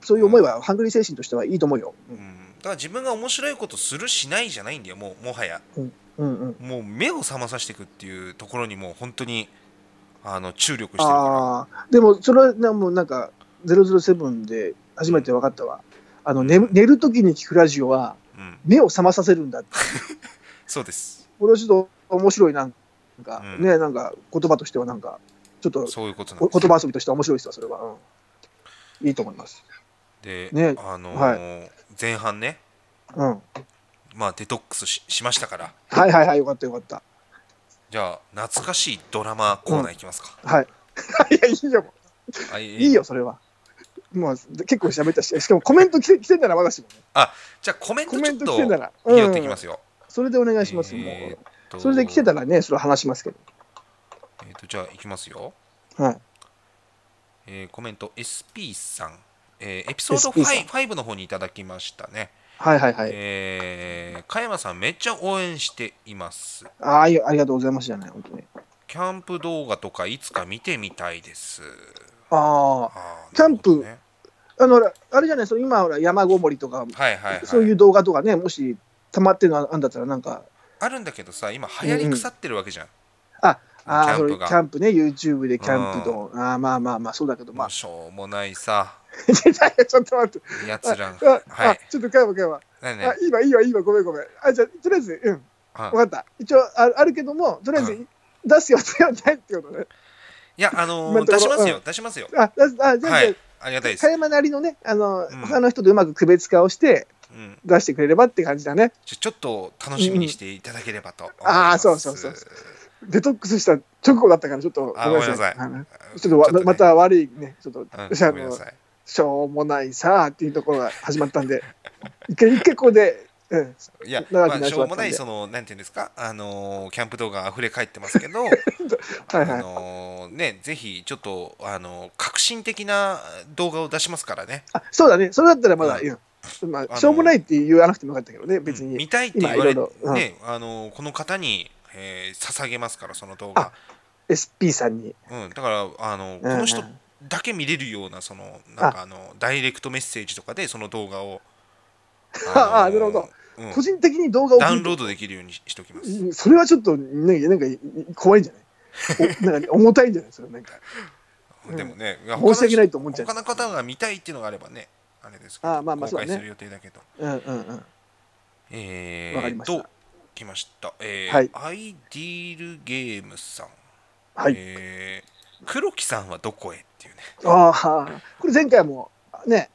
B: そういう思いは、ハングリー精神としてはいいと思うよ。
A: うんだから自分が面白いことするしないじゃないんだよもうもはや
B: うんうん。
A: もう目を覚まさせていくっていうところにもう本当にあの注力してるか
B: ああ、でも、それは、でもなんか、007で初めて分かったわ。あの、寝寝るときに聞くラジオは、
A: ら、うん、
B: 目を覚まさせるんだって。
A: そうです
B: これはちょっと面白いな。なんか、
A: うん
B: ね、なんか言葉としてはなんか、ちょっと
A: そういうことなん
B: お
A: です
B: 言葉遊びとしては面白いですわ、それは。うん、いいと思います。
A: で、
B: ね
A: あのー
B: は
A: 前半ね
B: うん。は
A: まあデトックスししましたから
B: いはいはい、よかったよかった。
A: じゃあ懐かしいドラマコーナーいきますか、
B: はい。 <laughs> いや、いいよ、
A: あい
B: いいよ、それは。もう結構喋ったし、しかもコメント来て来てんならまだしもね。
A: じゃあコメント
B: コ
A: ち
B: メ
A: ょっ
B: ント
A: と
B: 来てんなら。。
A: 拾っていきますすよ、
B: それでお願いします、
A: えー
B: も
A: っ
B: う。
A: と
B: それで来てたらね、それは話しますけど。
A: えーっとじゃあいきますよ
B: はい。
A: えーコメント SP さん、えーエピソード
B: SP さん
A: 5, 5の方にいただきましたね、
B: はいはいはい。
A: えー、加山さんめっちゃ応援しています
B: ああ、いやありがとうございますじゃない、本当に。
A: キャンプ動画とかいつか見てみたいです
B: あ
A: あー
B: キャンプ
A: なるほどね
B: あ。あの、ほらあれじゃない、その今、ほら、山ごもりとか、
A: はいはいはい
B: そういう動画とかね、もし溜まってるのあんだったら、なんか、
A: あるんだけどさ今流行り腐ってるわけじゃん、
B: あああ、
A: キ
B: そ
A: ャ
B: れ
A: ンプ
B: キ
A: が
B: ャンプね、YouTube でキャンプと、ああまあまあまあ、そうだけど、ま
A: も
B: あ
A: う、しょうもないさ
B: <laughs> いやいやちょっと待って、
A: やつら
B: あ、あ
A: はい
B: ちょっと、か山か山、
A: 何
B: あ
A: ね、
B: いいわ、いいわ、いいわ、ごめん、ごめん、あじゃあとりあえず、うん、
A: あ
B: 分かった、一応あ、あるけども、とりあえ
A: う
B: ず、出すよ、出はないってことね、
A: いやあのー
B: 今のとこ
A: 出し
B: ろ
A: ますよ、
B: う
A: 出しますよ
B: あ、出すあじゃあ、
A: はい
B: じ
A: ありがたい
B: ゃあ、
A: です
B: 加、山なりのね、あの、
A: ん
B: 他の人とうまく区別化をして、
A: うん、
B: 出してくれればって感じだね、
A: ちょちょっと楽しみにしていただければと思います、
B: うんあーそうそうそうデトックスした直後だったから、ちょっと、
A: あ
B: あ
A: ご
B: の
A: うん
B: ちょっとわ
A: ね
B: また悪いね、ちょっと、
A: うん
B: じゃあ
A: ごめんなさい
B: しょうもないさあっていうところが始まったんで、一回、一回ここで、うん、
A: いや、
B: 長
A: ま
B: く
A: あ、
B: なり
A: し
B: そうだ
A: ょ
B: った
A: うも
B: んで
A: ない、その、なんていうんですか、あのーキャンプ動画あふれ返ってますけど、
B: はい
A: あ
B: はい。
A: のーね、ぜひ、ちょっと、あのー革新的な動画を出しますからね、
B: あ、そうだね、それだったらまだ、
A: う
B: うんま
A: の
B: あ、しょうもないって言わなくてもよかったけどね、別
A: うん見
B: に。
A: たいって言われ
B: 今いろいろうん
A: ね、あのーこの方に、えー捧げますから、その動
B: あ
A: 画。
B: SP さんに。
A: うん、だから、あのー
B: うん
A: この人だけ見れるような、その、なんか、あのダイレクトメッセージとかで、その動画
B: <laughs>
A: を、
B: ああなるほど
A: うん
B: 個人的に動画を
A: ダウンロードできるようにししておきます。
B: うんそれはちょっと、なんか、なんかい怖いんじゃないおなんか重たいんじゃないそれなんか。うん
A: でもね、や
B: 申し訳ないと思っちゃう
A: 他の他の方が見たいっていうのがあればね、あれですけど、
B: あーまあまあ
A: 公開
B: そうだね
A: する予定だけど。
B: うんうんうん。
A: え
B: わかり
A: ー
B: ま
A: っ
B: した
A: と、来ました。えー
B: はい
A: アイディールゲームさん。
B: はい。
A: えー黒木さんはどこへっていうね、
B: ああ、これ前回も、ね、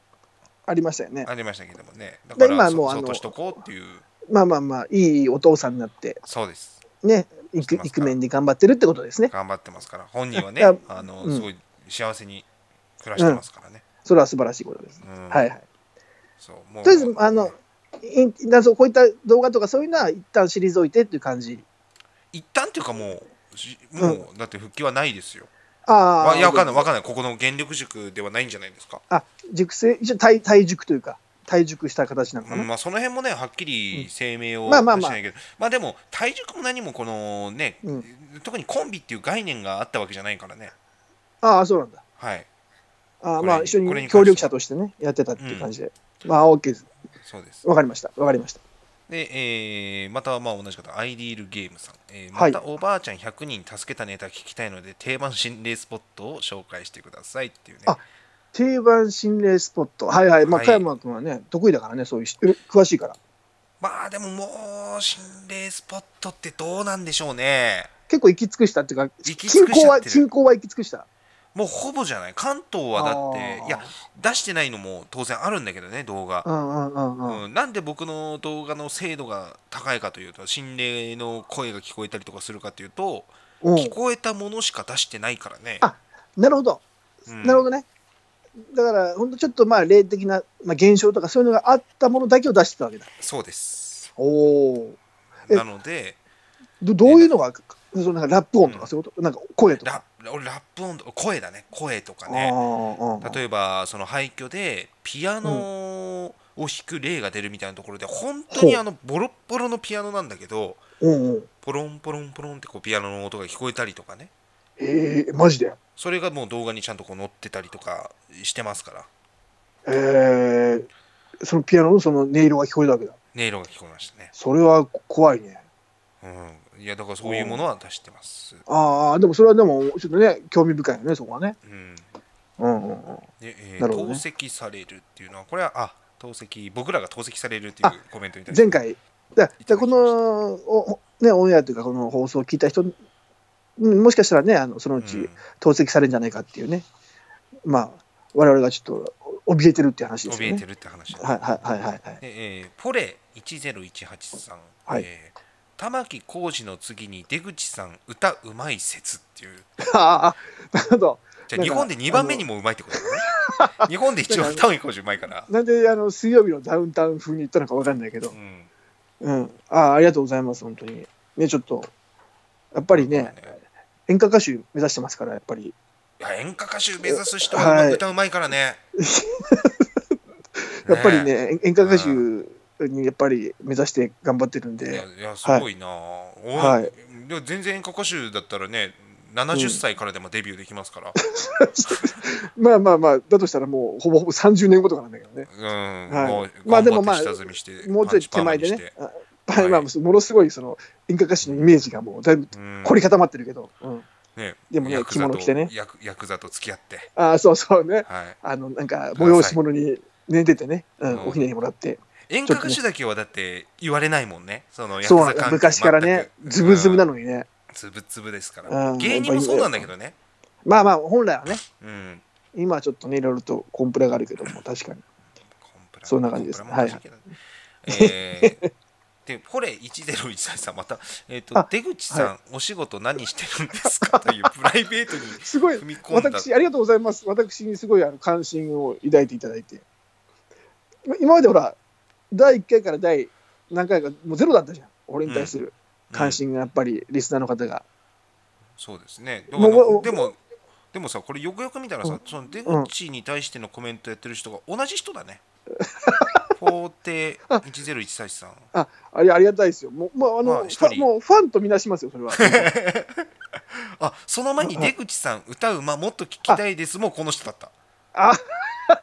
B: ありましたよね。
A: ありましたけどもね。だから、
B: 今
A: そ
B: もうあ
A: そ
B: の
A: うとしとこうっていう、
B: まあまあまあ、いいお父さんになって、
A: そうです。
B: ね、イクイクメンで頑張ってるってことですね。
A: 頑張ってますから、本人はね
B: いや、
A: あの、
B: うん
A: すごい幸せに暮らしてますからね。
B: それは素晴らしいことです。
A: うん
B: はいはい。
A: そうもう
B: とりあえずあのいだからそうこういった動画とかそういうのは一旦退いてっていう感じ
A: 一旦っていうかもうしもう、だって復帰はないですよ。
B: あ
A: わ
B: あ。
A: いやわかんないわ
B: い。
A: かんないここの原力塾ではないんじゃないですか。
B: あ、熟成、一応体、体熟というか、体熟した形なのか
A: う
B: な。
A: んまあ、その辺もねはっきり声明を
B: うん
A: 出
B: まあ
A: して
B: まあ
A: ないけど、
B: ま
A: ま
B: あ
A: あでも体重も何もこのね、
B: うん
A: 特にコンビっていう概念があったわけじゃないからね。
B: ああ、そうなんだ。
A: はい
B: ああ、
A: これ
B: まあ、一緒
A: これに関
B: に
A: しては
B: 協力者としてね、やってたっていう感じで。まあ、OK です。
A: そうです。
B: わかりました。わかりました。
A: で、えーまたまあ同じ方アイディールゲームさん、えー
B: は
A: ま
B: い
A: たおばあちゃん100人助けたネタ聞きたいので定番心霊スポットを紹介してくださいっていうね。
B: あ定番心霊スポット。はいはい。まあ、
A: はい
B: 加山君はね、得意だからね、そういうし、詳しいから。
A: まあでももう心霊スポットってどうなんでしょうね。
B: 結構行き尽くしたっていうか、
A: 行き尽
B: 近
A: くし
B: 郊
A: ちゃっ
B: は、
A: てる
B: 近郊は行き尽くした。
A: もうほぼじゃない関東はだっ
B: あー
A: ていや出してないのも当然あるんだけどね動画
B: う。んうんうんうん。
A: うん、なんで僕の動画の精度が高いかというと心霊の声が聞こえたりとかするかというと
B: うん
A: 聞こえたものしか出してないからね。
B: あなるほど、
A: うん
B: なるほどね。だから、本当ちょっとまあ霊的な、まあ、現象とかそういうのがあったものだけを出してたわけだ。
A: そうです。
B: おお。え
A: なので
B: どどういうのが、そのなんかラップ音とかそういうこと、なんか声とか。
A: ラ俺ラップ音と声だね声とか
B: あ
A: ね
B: ーあー
A: 例えばその廃墟でピアノを弾く例が出るみたいなところで本当
B: ほう
A: にあのボロッボロのピアノなんだけど
B: うんうん。
A: ポロンポロンポロンってこうピアノの音が聞こえたりとかね
B: ええマジで。
A: それがもう動画にちゃんとこう載ってたりとかしてますから
B: えー、そのピアノのその音色が聞こえるわけだ。
A: 音色が聞こえましたね
B: それは怖いね。
A: うん、いやだからそういうものは出してます。
B: ああ、でもそれはでも、ちょっとね、興味深いよね、そこはね。
A: うん、で、
B: うんうんうん。
A: えー
B: なるほど
A: 透
B: ね
A: 析されるっていうのはこれはあ透析僕らが透析されるっていう
B: あ
A: コメントみたいな。
B: 前回、だだこのお、ね、オンエアというか、この放送を聞いた人、うんもしかしたらね、あのその
A: う
B: うんち投石されるんじゃないかっていうね、まあ、我々がちょっと怯えてるっていう話ですよ
A: 怯え
B: ね
A: て。るって話。
B: はいはいはいはいはい。
A: で、えーポレ1018さん、
B: はい
A: えー玉置浩二の次に出口さん歌うまい説っていう。
B: ああ、なるほど。
A: じゃ
B: なんか
A: あ日本で2番目にもうまいってことだね。日本で一番玉置浩二うまいから。
B: なんであの水曜日のダウンタウン風に言ったのかわかんないけ
A: う
B: ど、
A: ん。
B: うん、ああありがとうございます、本当に。ね、ちょっと、やっぱりね、演歌歌手目指してますから、やっぱり、
A: いや演歌歌手目指す人は歌うまいからね。
B: <laughs> やっぱり
A: ね
B: ね、演歌歌手にやっぱり目指して頑張ってるん
A: いや
B: で、
A: いやすごいな、お
B: はい
A: いや全然演歌歌手だったらね70歳からでもデビューできますから、
B: まあまあまあ、だとしたらもうほぼほぼ30年後とかなんだけどね。
A: うん
B: はい
A: もう
B: まあでも
A: 頑張って
B: まあ
A: 下積みして
B: もうちょい手前で
A: パンチ
B: ね
A: パ。
B: あ
A: パンにして
B: まあ、ものすごいその演歌歌手のイメージがもうだい
A: ー
B: ぶ
A: マにしてうん
B: 凝り固まってるけど、うん
A: ね
B: でもね
A: ヤクザと
B: 着物着てね
A: ヤクヤクザと付き合って
B: ああそうそうね
A: はい
B: あのなんか催し物に、ね、出てね、う
A: うん
B: ん、おひねりもらって
A: 演歌歌手だけはだって言われないもんねそのヤク
B: そう
A: ザ
B: なん
A: 関係
B: 昔からね
A: 全く
B: ズブズブな
A: うん
B: のにね、
A: ズブズブですから、
B: うん
A: 芸人もそうなんだけどね
B: まあまあ本来はね
A: うん
B: 今はちょっとねいろいろとコンプラがあるけども確かに
A: コンプラ
B: そんな感じです
A: コンプラもおかしいけどねえーで、ポレ1013さん、また、えっ、と
B: あ、
A: 出口さん、お仕事何してるんですかというプライベートに
B: すごい
A: 踏み込んだ。
B: <laughs> 私ありがとうございます私にすごいあの関心を抱いていただいてま今までほら第1回から第何回かもうゼロだったじゃん俺に対する関
A: うん
B: 心がやっぱりリスナーの方が、
A: そうですね。だ
B: も
A: か
B: う
A: ら
B: もう
A: でも、でもさ、これよくよく見たらさ、その出口に対してのコメントやってる人が同じ人だ
B: <laughs>
A: ね。法廷1013さん。
B: ああれありがたいですよ。もう、まああの
A: まあ
B: フ
A: 一
B: ァ
A: 人
B: もうファンとみなしますよ、それは。
A: あ、その前に出口さん、歌うま、もっと聞きたいです。もうこの人だった。
B: あ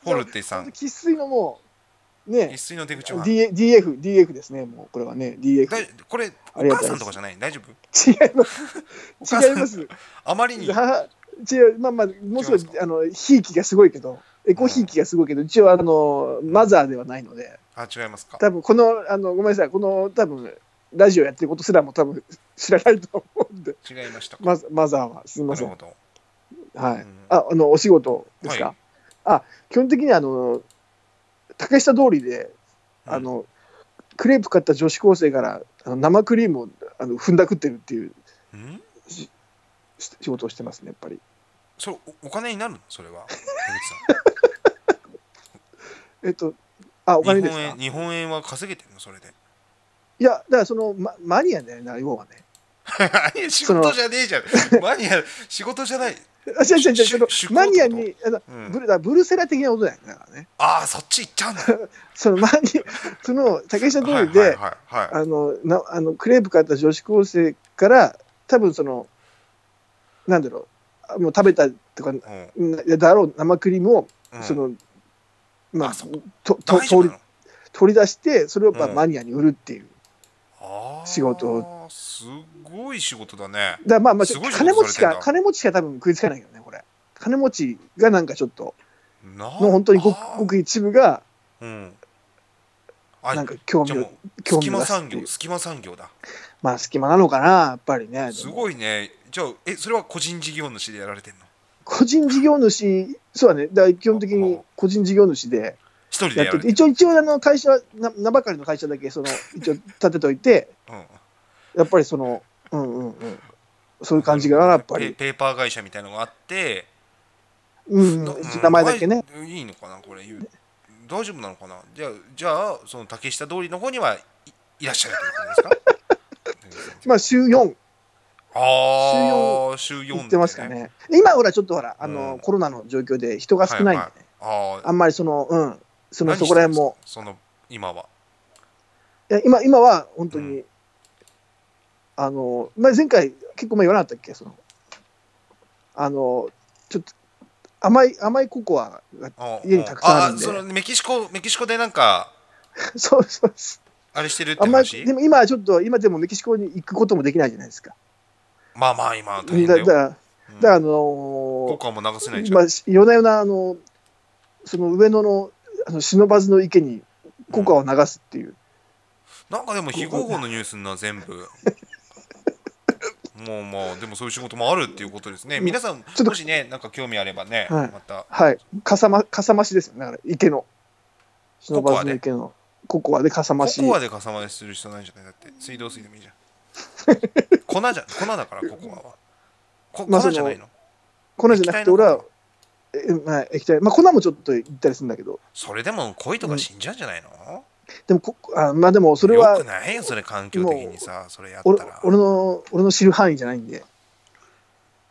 A: ホルテさ
B: <laughs>
A: ん。
B: 生粋のもう、ね
A: 一、水の出口は。
B: D- DF、DF ですね、もうこれはね、DF。
A: だいこれ、
B: あ
A: お
B: りが
A: 母
B: と
A: さ
B: うございます
A: んとかじゃない大丈夫
B: 違いま
A: お
B: す。
A: 母さん
B: 違います。
A: あまりに。
B: は違う、まあまあ、もちろ
A: 違います
B: ん、あの、ひいきがすごいけど、エコひいきがすごいけど、一応、あの、マザーではないので、
A: あ、違いますか。
B: 多分この、あの、ごめんなさい、この、多分ラジオやってることすらも多分知らないと思うんで、
A: 違いましたか。
B: マザマザーは、すみま
A: な
B: せ
A: る
B: ん。
A: ほど。
B: はい。
A: うん
B: あ、あの、お仕事ですか、
A: は
B: あ、基本的にあの、竹下通りで、あの、クレープ買った女子高生からあの生クリームをあの踏んだくってるっていう
A: うん、
B: し仕事をしてますね、やっぱり。
A: それおお金になるのそれ
B: <laughs>
A: は。江口
B: えっと、あ、お
A: さん
B: 金
A: 日
B: です
A: 本円
B: か
A: 日本円は稼げてるのそれで。
B: いや、だからその、ま、マニアだよね、要はね。
A: いや <laughs> 仕事じゃねえじゃん。マニア、仕事じゃない。
B: あ違う違う違うその
A: し
B: マニアにあの、
A: うん
B: ブルだからブルセラ的なことだよねだからね
A: ああ、そっち行っちゃうんだ。
B: そのマニア <laughs> その竹下
A: は
B: 通
A: い
B: りで、
A: はいはいはい。
B: あのなあのクレープ買った女子高生から多分そのなんだろうあもう食べたとかん
A: うん
B: だろう生クリームを、
A: うん
B: そのまあ
A: あそっか
B: とと
A: 大丈夫な
B: 取り
A: の
B: 取り出してそれをまあ
A: うん
B: マニアに売るっていう、
A: あー
B: 仕事を
A: すごい仕事だね
B: だからまあまあ
A: すごい
B: 金持ちし
A: 仕事されてん
B: か
A: だ
B: 金持ちしか多分食いつかないけどねこれ金持ちがなんかちょっと
A: な
B: の本当にごく
A: あー
B: ごく一部が
A: うんあ
B: なんか興
A: じ
B: 味
A: ゃあも
B: を
A: う
B: 興味
A: 隙
B: を出
A: 間
B: すっ
A: 産
B: てい
A: 業
B: う
A: 隙間産業だ
B: まあ隙間なのかなやっぱりね
A: す
B: い
A: ごいねじゃあえそれは個人事業主でやられてんの
B: 個人事業主そうだねだから基本的に個人事業主で、
A: 一人で
B: や
A: や
B: って
A: る
B: て一応、一応あの会社な、名ばかりの会社だけ、その一応立てといて、
A: うん
B: やっぱりその、うんうんうん、そういう感じかな、やっぱ
A: ペ
B: り、
A: ペーパー会社みたいのがあって、
B: うん
A: な
B: うん、名前だけね、
A: あいいのかなこれ言う大丈夫なのかなじゃあじゃあその竹下通りの方にはいいらっしゃるってことです
B: <laughs>
A: か
B: まあ、週4
A: ああ週4
B: 行ってますかね、今、ほら、ちょっとほら、あの
A: うん
B: コロナの状況で人が少ないんでね、
A: はいああ
B: あんまりその、うん、その
A: 何して
B: そこら辺も、
A: その今はい
B: や今今は本当に、
A: う
B: あの、前前回、結構前言わなかったっけ、その、あの、ちょっと甘い甘いココアが、 <laughs> 家にたくさんあるんで
A: そのメキシコメキシコでなんか
B: そうそうそう。
A: あれしてるって
B: あんまり
A: 話
B: でも今はちょっと、今でもメキシコに行くこともできないじゃないですか。
A: まあまあ今は大
B: だ
A: 変だ
B: だだ
A: よ
B: から、だからあの
A: 効
B: ー
A: 果も流せないじゃん、
B: まあ、し夜な夜な、あのその上野のあの忍ばずの池にココアを流すっていう、
A: なんかでも非合法のニュースにな全部もうまあでもそういう仕事もあるっていうことですね皆さん
B: ちょっと
A: もしねなんか興味あればね、
B: はい
A: また
B: はい、かさまかさ増しですよね、だから池の、忍ばずの池のココアでかさ増
A: コ
B: し、
A: コアでかさまでする必要ないじゃないだって水道水でもいいじゃん粉じゃ粉だからココアはこ
B: まあ
A: 粉じゃないの,、
B: 粉じゃなくて、俺は、えまあ、液体、まあ、粉もちょっと行ったりするんだけど、
A: それでも恋とか死んじゃうんじゃないの、
B: でもこあ、まあ、でもそれは
A: よくないよそれ環境的にさそれやっ
B: 俺
A: たら
B: 俺の、俺の知る範囲じゃないんで。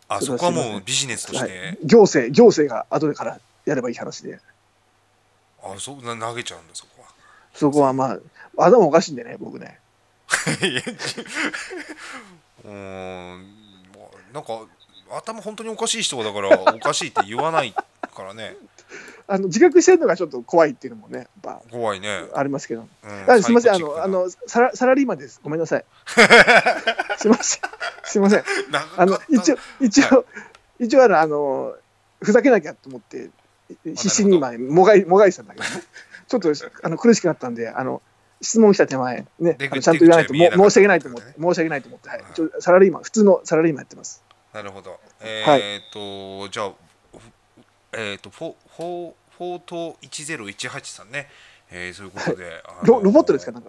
A: あそこはもうビジネスとし
B: は
A: て、
B: い、行政、行政が後でからやればいい話で、
A: あそうな投げちゃうんだそこは
B: そこはまあ、頭おかしいんでね、僕ね。
A: いやち <laughs> うーんまあなんか頭本当におかしい人はだからおかしいって言わないからね
B: あの自覚してるのがちょっと怖いっていうのもね、やっ
A: 怖いね、
B: ぱありますけど、
A: うん
B: あすみません、あ
A: サイコチッ
B: のあ
A: クな
B: のサラサラリーマンです、ごめん
A: <laughs>
B: なさい。すみません、すみません、
A: 長かった
B: あの一応、一応、一応あのあの、ふざけなきゃと思って、必死に今、もがいもがいてたんだけど、ちょっとあの苦しくなったんで、あの質問した手前、ね
A: 出、口
B: あのちゃんと言わないと、
A: 出口
B: も
A: は見えなかった
B: 申し訳ないと思って、
A: ね
B: 申し訳ないと思って、はい
A: はい、
B: 一応サラリーマン、普通のサラリーマンやってます。
A: なるほど
B: はい
A: えっ、とじゃあふえっ、とフォフォフォート1018さんねえー、そういうことで、あの
B: ロロボットですかなんか、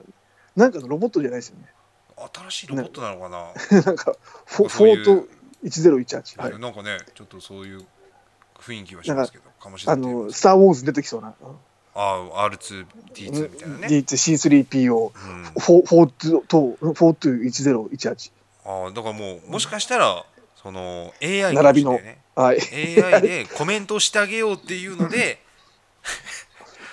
B: なんかのロボットじゃないですよね。
A: 新しいロボットなのかな、
B: なんか、フォフ
A: そうい
B: ォ
A: う
B: ート1018。はい。
A: なんかね、ちょっとそういう雰囲気はしますけど、かもしれ
B: あ
A: ないっていう
B: の、スター・ウォーズ出てきそうな。
A: ああ、
B: うん
A: R2D2 みたいなね。
B: D2C3PO、
A: うん、あ
B: フォフォートフォート1018。
A: あだからもう、もしかしたら、その AI
B: 並びの
A: ね、
B: はい。
A: AI でコメントしてあげようっていうので、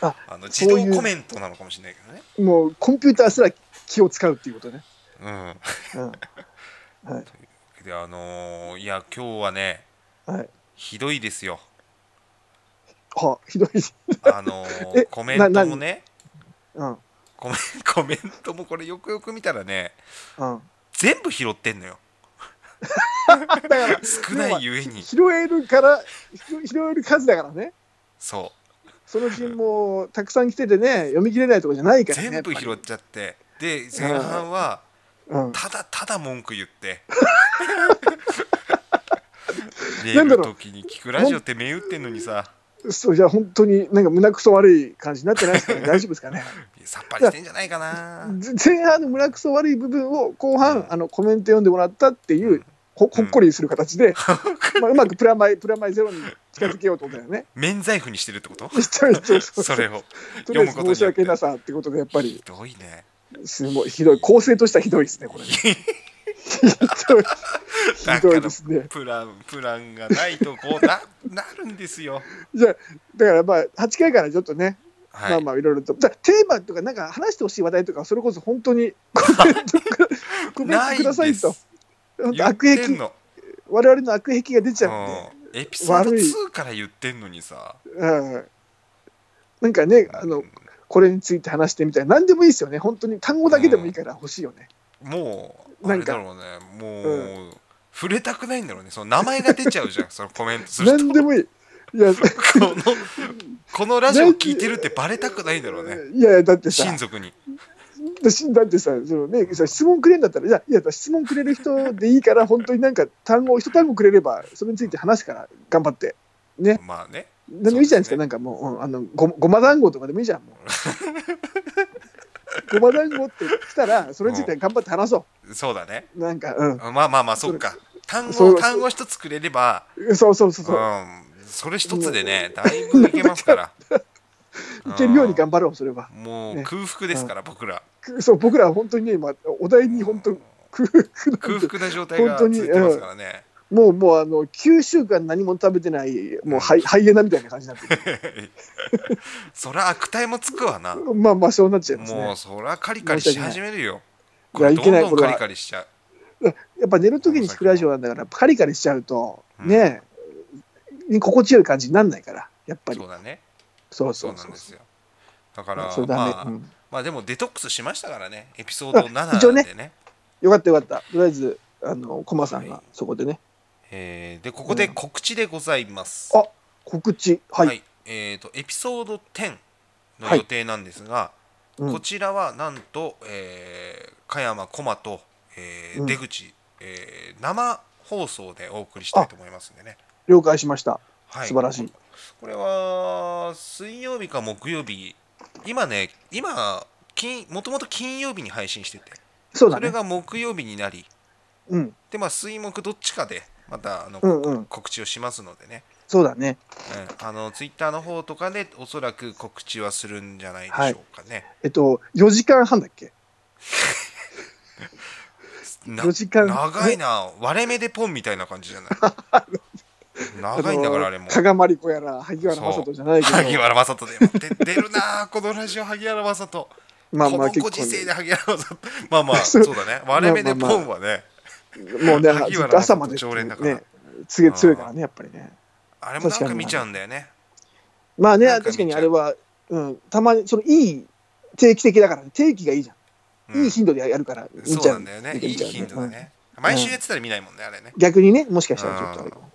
B: あ
A: あの
B: そ
A: 自
B: ういう
A: 動コメントなのかもしれないけどね。
B: もう、コンピューターすら気を使うっていうことね。
A: う。
B: うん
A: で、あのーいや、今日はね、
B: ん。はい。
A: ひどいですよ。
B: は、ひどい。
A: あのー
B: <laughs> え
A: コメントもね、
B: うん。うん。
A: コメンコメントもこれ、よくよく見たらね、全部拾ってんのよ。
B: だから、
A: 少ないゆえに。
B: 拾えるから、拾拾える数だからね。
A: そう。
B: その金もたくさん来ててね、読み切れないとこじゃないからね。
A: 全部拾っちゃってで前半は
B: うん。
A: ただただ文句言って
B: <laughs> な
A: 寝
B: んだ
A: る
B: ろう
A: 時に聞くラジオって目打ってんのに
B: <laughs>
A: さ
B: そうじゃあ本当になんか胸くそ悪い感じになってないですか
A: <laughs>
B: ね大丈夫ですかね
A: さっぱりしてんじゃないかな
B: ぜ前半の胸くそ悪い部分を後
A: う
B: 半、
A: ん
B: あのコメント読んでもらったっていう、
A: うん
B: ほほっこりする形で、まあ、うまくプラマイプラマイゼロに近づけようと思ったよね
A: 免罪符にしてるってこと
B: <laughs> 一応一応そう
A: それを
B: とりあ
A: 読
B: えず
A: むことによって
B: 申し訳なさってことでやっぱり
A: ひどいね <laughs>
B: すごいひどい構成としてはひどいですねこれひどいですね。
A: プランプランがないとこうな <laughs> なるんですよ。
B: じゃあだからまあ8回からちょっとね、
A: はい、
B: まあまあいろいろとだからテーマとかなんか話してほしい話題とかそれこそ本当にコメン
A: な
B: ト
A: い
B: くださいと。本当
A: 言っ
B: 悪
A: てん
B: 癖
A: の。
B: 我々の悪癖が出ちゃうんで。
A: うんエピソード
B: 悪い
A: 2から言ってんのにさ。
B: うんなんかね、あの、これについて話してみたいな、何でもいいですよね、本当に単語だけでもいいから欲しいよね。
A: もうあ
B: なん
A: れ
B: か
A: だろうねもう、触れたくないんだろうねその名前が出ちゃうじゃんそのコメントすると
B: 何でもいい。
A: <laughs>
B: いや、
A: このこのラジオ聞いてるってバレたくないんだろうね
B: いやいや、だってさ、
A: 親族に
B: だだってさ、そのね、さ質問くれんだったら、いや、いや質問くれる人でいいから、本当になんか単語、一単語くれれば、それについて話すから、頑張って。
A: まあね
B: 何でもいいじゃ
A: そう
B: ないですか、
A: ですね
B: なんかもう、うんあのご、ごま団子とかでもいいじ
A: <laughs>
B: ゃん、もう。ごま団子って来たら、それについて頑張って話そ
A: そうだね
B: う。なんか、うん
A: まあまあまあそっか単
B: そ
A: 語
B: う
A: 単語一つくれれば、。
B: そうそうそう
A: う
B: そう。
A: ん、それ一つでねだいぶいけますから
B: <laughs> いけるように頑張ろう、それは。
A: うんもう
B: ね
A: 空腹ですから、僕ら
B: くそう、僕らは本当にね、今、お題に本当、 <laughs> 空腹なん
A: 空
B: で
A: 腹な状態が
B: 本当
A: 続
B: に
A: いてますからね、
B: もう、もう、あの、9週間何も食べてない、もう、ハイハイエナみたいな感じになってる
A: そら悪態もつくわな
B: まあまあ、そうなっちゃいます
A: も
B: ね
A: う。そらカリカリし始めるよ。
B: いやいけない
A: どんどん
B: こ
A: カ
B: れは
A: リカリしちゃう。
B: やっぱ寝るときに聞くラジオなんだから、カリカリしちゃうと、
A: うん
B: ねえ、に心地よい感じにならないから、やっぱり
A: そう。だね。
B: そう
A: そ
B: そうう
A: なん
B: そ
A: で
B: う。
A: すよ。だから、
B: そうだね
A: まあ、
B: うん
A: まあでもデトックスしましたからね。エピソード7なん
B: <laughs> 一応ね
A: でね。
B: よかったよかった。とりあえず、あの、コマさん
A: は
B: がそこでね、
A: えーで、ここで告知でございます。
B: あ告知、はい。
A: えっ、と、エピソード10の予定なんですが、
B: うん
A: こちらはなんと、えー、加山駒と、えー
B: うん
A: 出口、えー生放送でお送りしたいと思いますんでね。
B: 了解しました。
A: はい、
B: 素晴らしい。
A: これは水曜日か木曜日今ね今金もともと金曜日に配信してて
B: そ
A: そ
B: うだ
A: れ
B: ね。
A: が木曜日になり
B: うん、
A: でまあ水木どっちかでまたあの、
B: うん、うん。
A: 告知をしますのでね、
B: そうだね。
A: うん、あのツイッターの方とかでおそらく告知はするんじゃないでしょうか
B: <laughs>
A: ね、
B: えっと、4時間半だっけ
A: な
B: 4時間
A: 長いな割れ目でポンみたいな感じじゃ
B: <laughs>
A: ない長いんだからあれも
B: 加賀まりこやら萩原正人じゃないけ
A: 萩
B: ど
A: 原雅人でも出出るなあこのラジオ萩原雅人
B: まあまあ
A: この
B: 結
A: ご
B: 構
A: 時世で
B: ね
A: 萩原さん、まあ
B: <laughs>
A: まあ、そ
B: そう
A: うだね、割れ目でポンはね、
B: もうね
A: 萩
B: ず
A: 原
B: っと朝まで
A: 常連だから
B: ね強い強いからねやっぱりね
A: あれもなん
B: 確
A: か
B: かに
A: 見ちゃうんだよね。
B: まあね
A: なんか見ち
B: 確
A: ゃ
B: か
A: う
B: にあれはうんたまにそのいい定期的だからね定期がいいじゃん、
A: うん
B: いい頻度でやるから見
A: そう
B: ちゃ
A: な
B: うん
A: だよね、
B: 見
A: い
B: て
A: い
B: みちゃう
A: 頻度だ
B: うん
A: ね。毎週やってたら見ないもんね、あれね。
B: 逆にねもしかしたらちょっとあれかも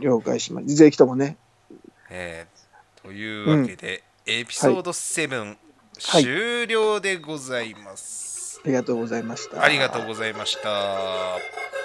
B: 了解しますぜひともね
A: えーというわけで、エピソード7、
B: はい
A: 終了でございます。
B: ありがとうございました
A: ありがとうございました。